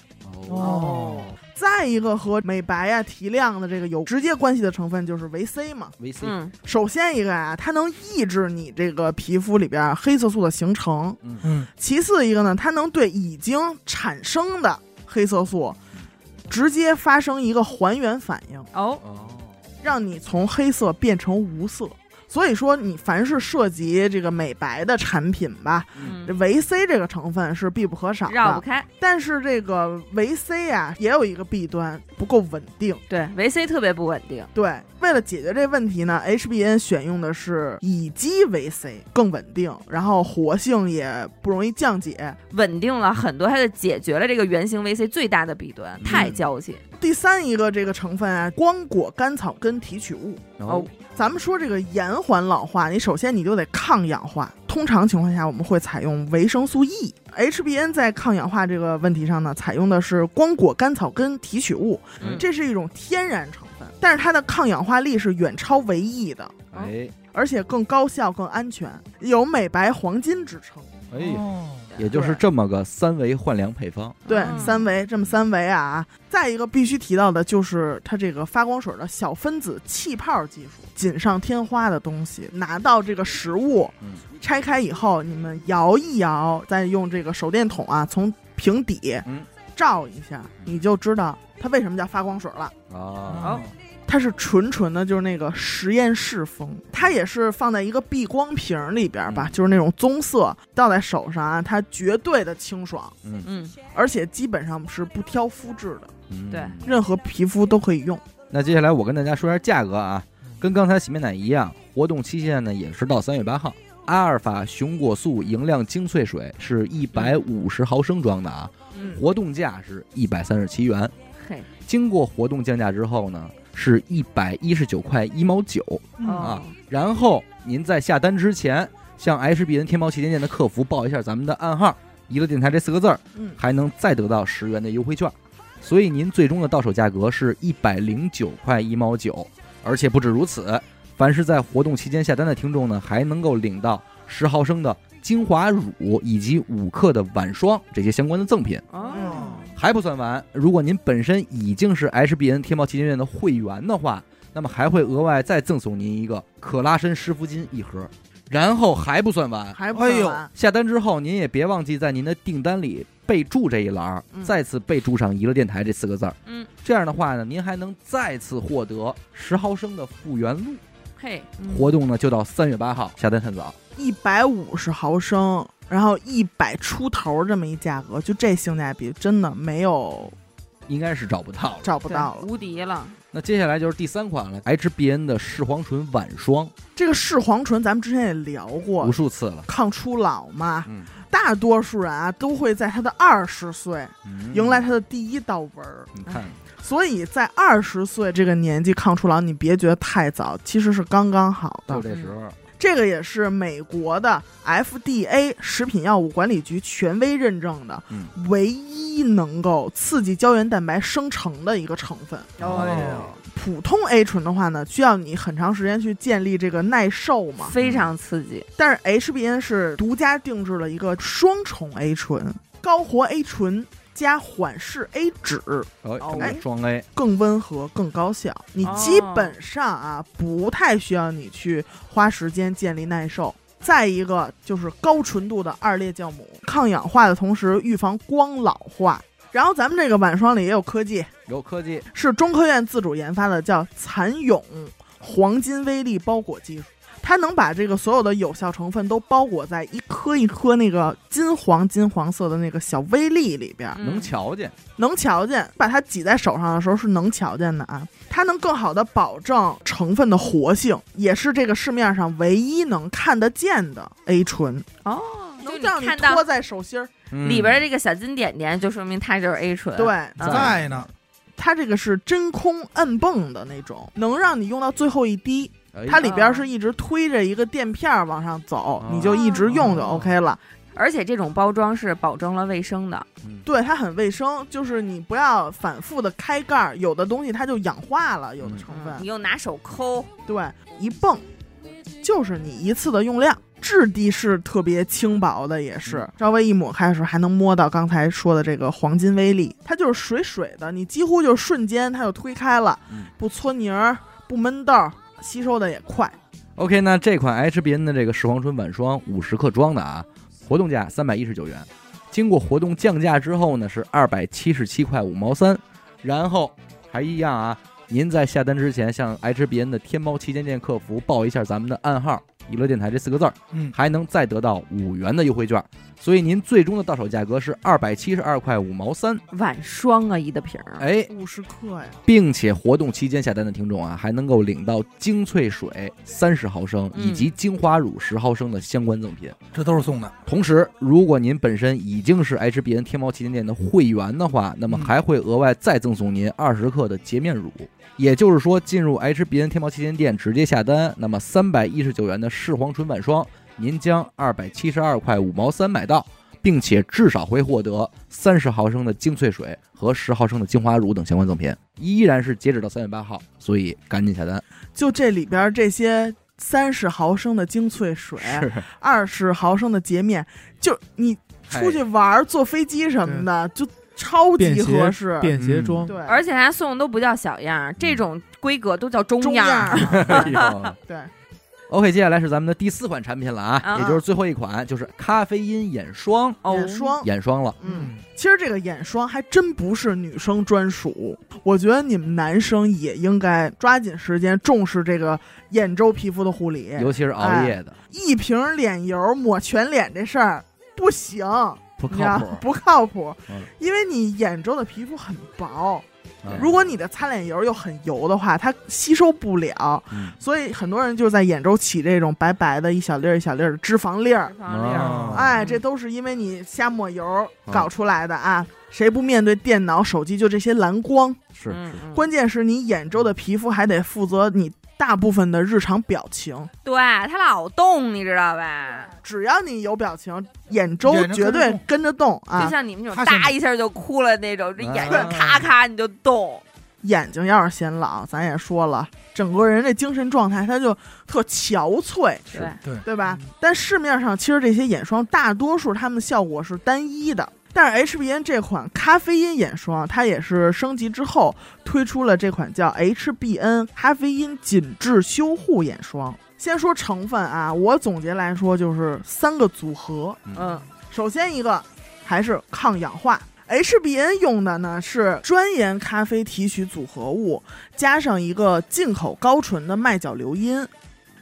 C: 哦，
D: 再一个和美白呀、提亮的这个有直接关系的成分就是维 C 嘛。
A: 维 C，
E: 嗯，
D: 首先一个啊，它能抑制你这个皮肤里边黑色素的形成；
C: 嗯，
D: 其次一个呢，它能对已经产生的黑色素直接发生一个还原反应。
E: 哦，
A: 哦，
D: 让你从黑色变成无色。所以说，你凡是涉及这个美白的产品吧，这
E: 嗯，
D: 维 C 这个成分是必不可少
E: 绕不
D: 的。
E: 开。
D: 但是这个维 C 啊，也有一个弊端，不够稳定。
E: 对，维 C 特别不稳定。
D: 对，为了解决这问题呢，HBN 选用的是乙基维 C，更稳定，然后活性也不容易降解。
E: 稳定了很多，它就解决了这个圆形 VC 最大的弊端，
D: 嗯
E: 太娇气。
D: 第三一个这个成分啊，光果甘草根提取物，
A: 然后
D: 哦咱们说这个延缓老化，你首先你就得抗氧化。通常情况下，我们会采用维生素 E。HBN 在抗氧化这个问题上呢，采用的是光果甘草根提取物，
E: 嗯
D: 这是一种天然成分，但是它的抗氧化力是远超维 E 的，
A: 哎，
D: 而且更高效、更安全，有美白黄金之称。
A: 哎呦，
C: 哦
A: 也就是这么个三维换粮配方，
D: 对，
E: 嗯
D: 三维这么三维啊。再一个必须提到的就是它这个发光水的小分子气泡技术，锦上添花的东西。拿到这个食物，
A: 嗯
D: 拆开以后，你们摇一摇，再用这个手电筒啊，从瓶底、
A: 嗯
D: 照一下，你就知道它为什么叫发光水了。
A: 啊，
D: 它是纯纯的，就是那个实验室风。它也是放在一个避光瓶里边儿吧，
A: 嗯
D: 就是那种棕色，倒在手上啊，它绝对的清爽，
E: 嗯，
D: 而且基本上是不挑肤质的。
A: 嗯
E: 对
D: 任何皮肤都可以用。
A: 那接下来我跟大家说一下价格啊，跟刚才洗面奶一样，活动期限呢也是到三月八号。阿尔法熊果素莹亮精粹水是一百五十毫升装的啊，
E: 嗯，
A: 活动价是一百三十七元。
E: 嘿，
A: 经过活动降价之后呢，是一百一十九块一毛九。
D: 啊
E: 哦，
A: 然后您在下单之前，向 HBN 天猫旗舰店的客服报一下咱们的暗号“娱乐电台”这四个字儿，
D: 嗯
A: 还能再得到十元的优惠券。所以您最终的到手价格是一百零九块一毛九，而且不止如此，凡是在活动期间下单的听众呢，还能够领到十毫升的精华乳以及五克的晚霜这些相关的赠品。
D: 嗯
E: 哦，
A: 还不算完，如果您本身已经是 HBN 天猫旗舰店的会员的话，那么还会额外再赠送您一个可拉伸湿敷巾一盒。然后还不算完，
D: 还不
C: 哎
D: 算
C: 呦
D: 完，
A: 下单之后您也别忘记在您的订单里备注这一栏儿，
D: 嗯
A: 再次备注上“娱乐电台”这四个字儿。
E: 嗯，
A: 这样的话呢，您还能再次获得十毫升的复原露。
E: 嘿，嗯
A: 活动呢就到三月八号，下单趁早。
D: 一百五十毫升，然后一百出头这么一价格，就这性价比真的没有
A: 应该是找不到了。
D: 找不
E: 对
D: 到了。
E: 无敌了。
A: 那接下来就是第三款了，HBN 的视黄醇晚霜，
D: 这个视黄醇咱们之前也聊过
A: 无，数次了。
D: 抗初老嘛，
A: 嗯
D: 大多数人啊都会在他的二十岁
A: 嗯
C: 嗯
D: 迎来他的第一道纹儿，
A: 你看，
D: 所以在二十岁这个年纪抗初老，你别觉得太早，其实是刚刚好的
A: 就。这时候，
D: 这个也是美国的 FDA 食品药物管理局权威认证的，
A: 嗯
D: 唯一能够刺激胶原蛋白生成的一个成分。
A: 哦，
D: 普通 A 醇的话呢，需要你很长时间去建立这个耐受嘛，
E: 非常刺激，
D: 但是 HBN 是独家定制了一个双重 A 醇，高活 A 醇加缓释 A 酯。
A: 哎，双 A，
D: 更温和、更高效，你
E: 哦
D: 基本上啊、不太需要你去花时间建立耐受。再一个就是高纯度的二裂酵母，抗氧化的同时预防光老化。然后咱们这个晚霜里也有科技，
A: 有科技，
D: 是中科院自主研发的，叫蚕蛹黄金微粒包裹技术。它能把这个所有的有效成分都包裹在一颗一颗那个金黄金黄色的那个小微粒里边儿，
A: 能瞧见，
D: 能瞧见。把它挤在手上的时候是能瞧见的啊，它能更好的保证成分的活性，也是这个市面上唯一能看得见的 A 醇，
E: 哦，就
D: 嗯能
E: 你
D: 让你
E: 看到
D: 拖 在手心儿。
A: 嗯
E: 里边的这个小金点点，就说明它就是 A 醇。
D: 对，啊
E: 嗯，
C: 在呢，
D: 它这个是真空摁泵的那种，能让你用到最后一滴。
A: 嗯哎
D: 它里边儿是一直推着一个垫片儿往上走，
E: 啊
D: 你就一直用就
A: 哦
D: OK 了。
E: 而且这种包装是保证了卫生的。
A: 嗯
D: 对，它很卫生，就是你不要反复的开盖儿，有的东西它就氧化了，
E: 嗯
D: 有的成分。
E: 你又拿手抠，
D: 对，一泵就是你一次的用量。质地是特别轻薄的，也是
A: 嗯
D: 稍微一抹开的时候还能摸到刚才说的这个黄金微粒，它就是水水的，你几乎就瞬间它就推开了
A: 嗯，
D: 不搓泥儿，不闷豆儿，吸收的也快。
A: OK，那这款 HBN 的这个视黄醇晚霜五十克装的啊，活动价三百一十九元，经过活动降价之后呢是二百七十七块五毛三，然后还一样啊，您在下单之前向 HBN 的天猫旗舰店客服报一下咱们的暗号“娱乐电台”这四个字儿，
C: 嗯，
A: 还能再得到五元的优惠券，所以您最终的到手价格是二百七十二块五毛三，
E: 晚霜啊，一的瓶儿。
A: 哎，
D: 五十克呀，
A: 并且活动期间下单的听众啊，还能够领到精粹水三十毫升
E: 嗯
A: 以及精华乳十毫升的相关赠品。
C: 这都是送的，
A: 同时，如果您本身已经是 HBN 天猫旗舰店的会员的话，那么
C: 嗯
A: 还会额外再赠送您二十克的洁面乳。也就是说，进入 HBN 天猫旗舰店直接下单，那么三百一十九元的视黄醇晚霜，您将二百七十二块五毛三买到，并且至少会获得三十毫升的精粹水和十毫升的精华乳等相关赠品。依然是截止到三月八号，所以赶紧下单。
D: 就这里边这些三十毫升的精粹水，二十毫升的洁面，就你哎出去玩儿、坐飞机什么的，就超
B: 便
D: 级
B: 携
D: 合适。
B: 便携装，
D: 对，
E: 而且它送的都不叫小样儿，
A: 嗯
E: 这种规格都叫中
D: 中
E: 样
D: 样
E: 儿。
D: 儿
A: 哎呦
D: 对，
A: OK，接下来是咱们的第四款产品了啊，
E: 啊
A: 也就是最后一款，就是咖啡因眼霜，
E: 哦
D: 眼，霜，
A: 眼霜了。
D: 嗯，，其实这个眼霜还真不是女生专属，我觉得你们男生也应该抓紧时间重视这个眼周皮肤的护理。
A: 尤其是熬夜的，
D: 一瓶脸油抹全脸这事儿不行，
A: 不
D: 你知
A: 靠
D: 道
A: 谱。
D: 不靠谱
A: 嗯，
D: 因为你眼周的皮肤很薄，
A: 嗯
D: 如果你的擦脸油又很油的话，它吸收不了，
A: 嗯
D: 所以很多人就在眼周起这种白白的一小粒儿一小粒儿的脂肪粒儿。
C: 啊
A: 哦
D: 哎，这都是因为你瞎抹油
A: 嗯
D: 搞出来的啊！谁不面对电脑、手机就这些蓝光？
A: 是
E: 嗯嗯
D: 关键是你眼周的皮肤还得负责你大部分的日常表情。
E: 对它老动，你知道吧？
D: 只要你有表情，眼周
C: 眼睛
D: 绝对
C: 跟着动
D: 跟着动
E: 就
D: 啊！
E: 像你们这种
C: 他现在
E: 哒一下就哭了那种，这眼
A: 啊
E: 睛咔咔你就动，
D: 眼睛要是显老，咱也说了，整个人这精神状态它就特憔悴，
E: 对，
D: 对吧？但市面上其实这些眼霜大多数它们的效果是单一的，但是 HBN 这款咖啡因眼霜，它也是升级之后推出了这款叫 HBN 咖啡因紧致修护眼霜。先说成分啊，我总结来说就是三个组合，
E: 嗯，
D: 首先一个还是抗氧化。HBN 用的呢是专研咖啡提取组合物，加上一个进口高纯的麦角硫因。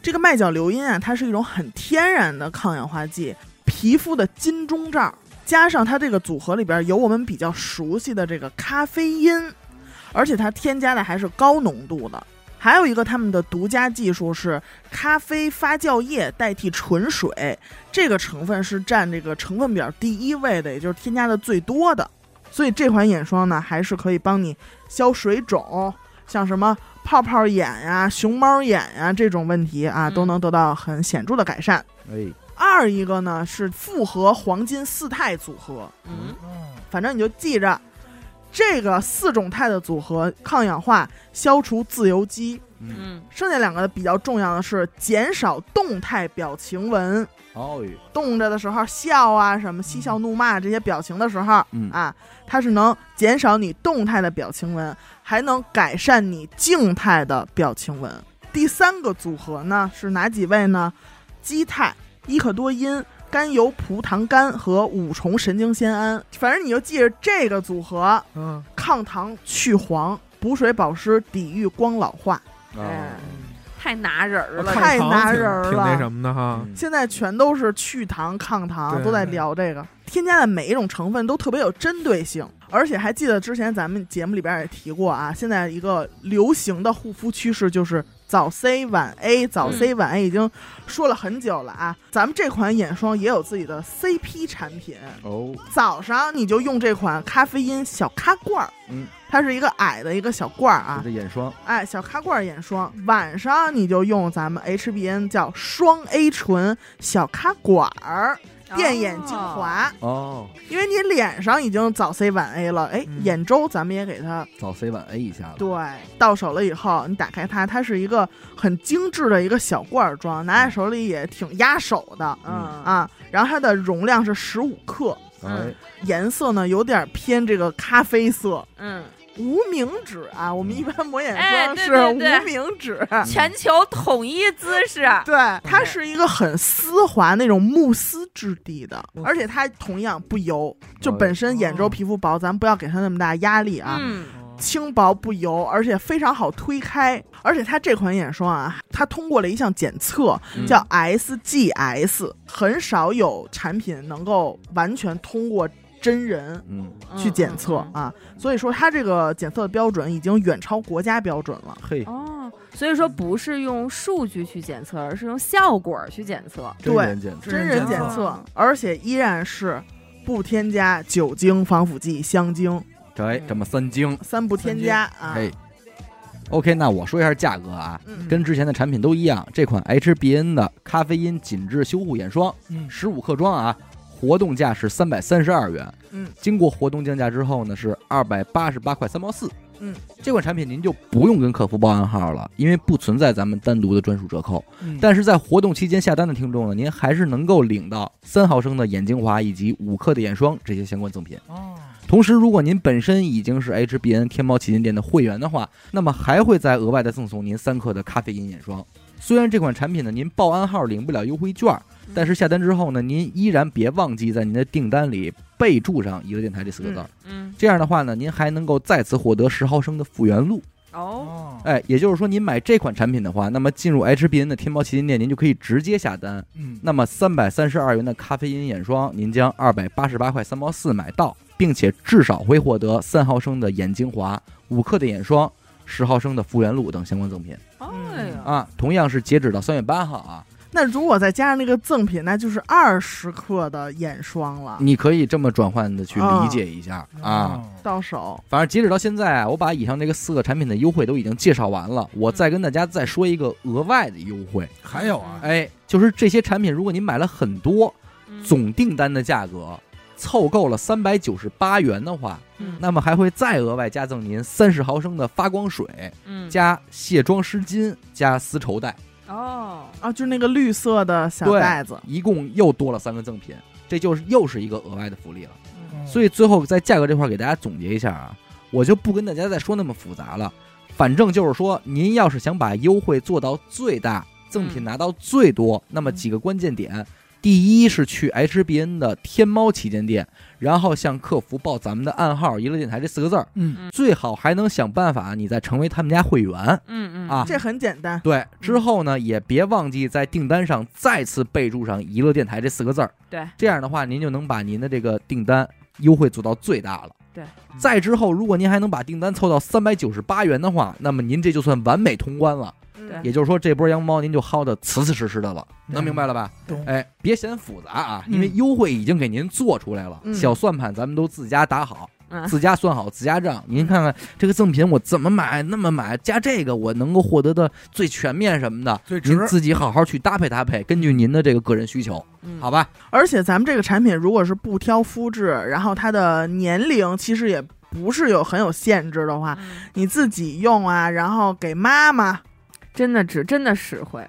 D: 这个麦角硫因啊，它是一种很天然的抗氧化剂，皮肤的金钟罩，加上它这个组合里边有我们比较熟悉的这个咖啡因，而且它添加的还是高浓度的。还有一个他们的独家技术是咖啡发酵液代替纯水，这个成分是占这个成分表第一位的，也就是添加的最多的。所以这款眼霜呢，还是可以帮你消水肿，像什么泡泡眼呀、熊猫眼呀这种问题啊，
E: 嗯
D: 都能得到很显著的改善。
A: 哎，
D: 二一个呢是复合黄金四肽组合，
E: 嗯，
D: 反正你就记着，这个四种肽的组合，抗氧化、消除自由基。
A: 嗯，
E: 嗯，
D: 剩下两个比较重要的是减少动态表情纹，
A: 哦呦，
D: 动着的时候笑啊，什么嬉笑怒骂这些表情的时候
A: 嗯，
D: 啊，它是能减少你动态的表情纹，还能改善你静态的表情纹。第三个组合呢是哪几位呢？基肽、伊可多因、甘油葡糖苷和五重神经酰胺。反正你就记着这个组合，
C: 嗯，
D: 抗糖去黄，补水保湿，抵御光老化。
A: 哦
E: 哎太拿人儿
B: 我
E: 了
B: 看
E: 这。
D: 太
B: 糖
D: 拿
B: 挺
D: 人儿
B: 挺那
D: 了
B: 什么的哈。
A: 哦
D: 现在全都是去糖、抗糖，
B: 嗯对
D: 都在聊这个，添加的每一种成分都特别有针对性，而且还记得之前咱们节目里边也提过啊，现在一个流行的护肤趋势就是早 C 晚 A，早 C 晚 A 已经说了很久了啊，咱们这款眼霜也有自己的 CP 产品，
A: 哦，
D: 早上你就用这款咖啡因小咖罐儿，
A: 嗯，
D: 它是一个矮的一个小罐儿啊
A: 就，这眼霜，
D: 哎，小咖罐儿眼霜，晚上你就用咱们 HBN 叫双 A 醇小咖管儿
E: 哦
D: 电眼精华，
A: 哦，
D: 因为你脸上已经早 C 晚 A 了，哎，
B: 嗯
D: 眼周咱们也给它
A: 早 C 晚 A 一下子，
D: 对到手了以后，你打开它，它是一个很精致的一个小罐儿装，拿在手里也挺压手的
E: 嗯
D: 啊。然后它的容量是十五克，
A: 哎，
D: 颜色呢有点偏这个咖啡色。
E: 嗯，
D: 无名指啊，我们一般 抹眼
E: 哎
D: 霜
E: 对
D: 是
E: 对
D: 无
E: 对
D: 名指，
A: 嗯
E: 全球统一姿势，
D: 对，它是一个很丝滑那种慕斯质地的，而且它同样不油，就本身眼周皮肤薄，咱不要给它那么大压力啊。
E: 哦嗯，
D: 轻薄不油，而且非常好推开，而且它这款眼霜啊，它通过了一项检测，
A: 嗯
D: 叫 SGS，很少有产品能够完全通过真人
A: 嗯，
D: 去检测
E: 嗯。嗯
D: 啊，所以说它这个检测的标准已经远超国家标准了。
A: 嘿，
E: 哦，所以说不是用数据去检测，而是用效果去检测。
A: 真
D: 对
A: 人检测，
D: 真人检测，而且依然是不添加酒精、防腐剂、香精，
A: 哎，这么三精，
D: 三不添加啊。
A: 哎，OK，那我说一下价格啊，
D: 嗯，
A: 跟之前的产品都一样，这款 HBN 的咖啡因紧致修护眼霜，
C: 嗯
A: 十五克装啊，活动价是三百三十二元，
D: 嗯，
A: 经过活动降价之后呢是二百八十八块三毛四，
D: 嗯，
A: 这款产品您就不用跟客服报暗号了，因为不存在咱们单独的专属折扣，
C: 嗯
A: 但是在活动期间下单的听众呢，您还是能够领到三毫升的眼精华以及五克的眼霜这些相关赠品。
C: 哦，
A: 同时，如果您本身已经是 HBN 天猫旗舰店的会员的话，那么还会再额外的赠送您三克的咖啡因眼霜。虽然这款产品呢，您报暗号领不了优惠券儿，但是下单之后呢，您依然别忘记在您的订单里备注上“一个电台”这四个字儿。
E: 嗯，
A: 这样的话呢，您还能够再次获得十毫升的复原露。
E: 哦，
C: 哦，
A: 哎，也就是说，您买这款产品的话，那么进入 HBN 的天猫旗舰店，您就可以直接下单。
C: 嗯，
A: 那么三百三十二元的咖啡因眼霜，您将二百八十八块三毛四买到，并且至少会获得三毫升的眼精华、五克的眼霜、十毫升的复原露等相关赠品
E: 哎呀，
A: 啊。同样是截止到三月八号啊，
D: 那如果再加上那个赠品，那就是二十克的眼霜了，
A: 你可以这么转换的去理解一下啊。
C: 哦，
D: 到手。
A: 反正截止到现在啊，我把以上这个四个产品的优惠都已经介绍完了，我再跟大家再说一个额外的优惠，
C: 还有啊，
A: 哎，就是这些产品，如果您买了很多，
E: 嗯
A: 总订单的价格凑够了三百九十八元的话，
E: 嗯
A: 那么还会再额外加赠您三十毫升的发光水，
E: 嗯
A: 加卸妆湿巾，加丝绸带，
E: 哦，
D: 啊，就是那个绿色的小
A: 对
D: 袋子，
A: 一共又多了三个赠品，这就是又是一个额外的福利了。所
E: 嗯
C: 以
A: 以最后在价格这块儿给大家总结一下啊，我就不跟大家再说那么复杂了，反正就是说，您要是想把优惠做到最大，赠品
E: 嗯
A: 拿到最多，那么几个关键点。第一是去 HBN 的天猫旗舰店，然后向客服报咱们的暗号“娱乐电台”这四个字儿，
C: 嗯
A: 最好还能想办法，你再成为他们家会员。
E: 嗯嗯
A: 啊
D: 这很简单。
A: 对，之后呢，也别忘记在订单上再次备注上“娱乐电台”这四个字儿。
E: 对，
A: 这样的话，您就能把您的这个订单优惠做到最大了。
E: 对，
A: 再之后，如果您还能把订单凑到三百九十八元的话，那么您这就算完美通关了。
C: 嗯
D: 嗯
E: 对
A: 也就是说，这波羊毛您就薅的瓷瓷实实的了，能明白了吧？
C: 懂
A: 哎，别嫌复杂啊，
C: 嗯
A: 因为优惠已经给您做出来了，
D: 嗯
A: 小算盘咱们都自家打好。
E: 嗯
A: 自家算好，自家账。您看看这个赠品，我怎么买，那么买，加这个我能够获得的最全面什么的，
C: 最值
A: 您自己好好去搭配搭配，根据您的这个个人需求，
E: 嗯
A: 好吧？
D: 而且咱们这个产品如果是不挑肤质，然后它的年龄其实也不是有很有限制的话，
E: 嗯
D: 你自己用啊，然后给妈妈，
E: 真的值，真的实惠。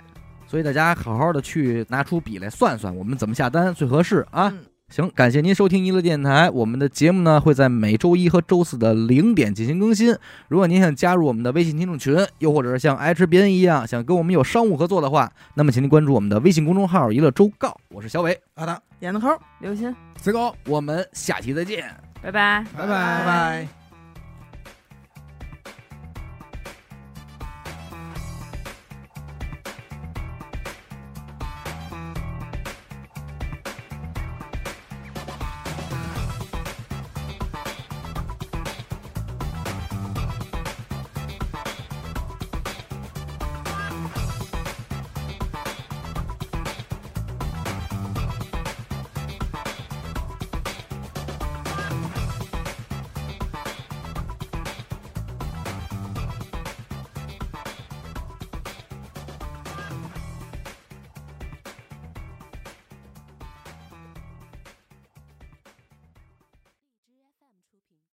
A: 所以大家好好的去拿出笔来算算，我们怎么下单最合适啊？
D: 嗯
A: 行，感谢您收听娱乐电台，我们的节目呢会在每周一和周四的零点进行更新。如果您想加入我们的微信听众群，又或者是像 HBN 一样想跟我们有商务合作的话，那么请您关注我们的微信公众号“娱乐周告”，我是小伟，
C: 好的，
D: 眼子抠。
E: 刘鑫，
B: 子狗，
A: 我们下期再见。
E: 拜拜。
C: 拜
D: 拜
C: 拜
D: 拜。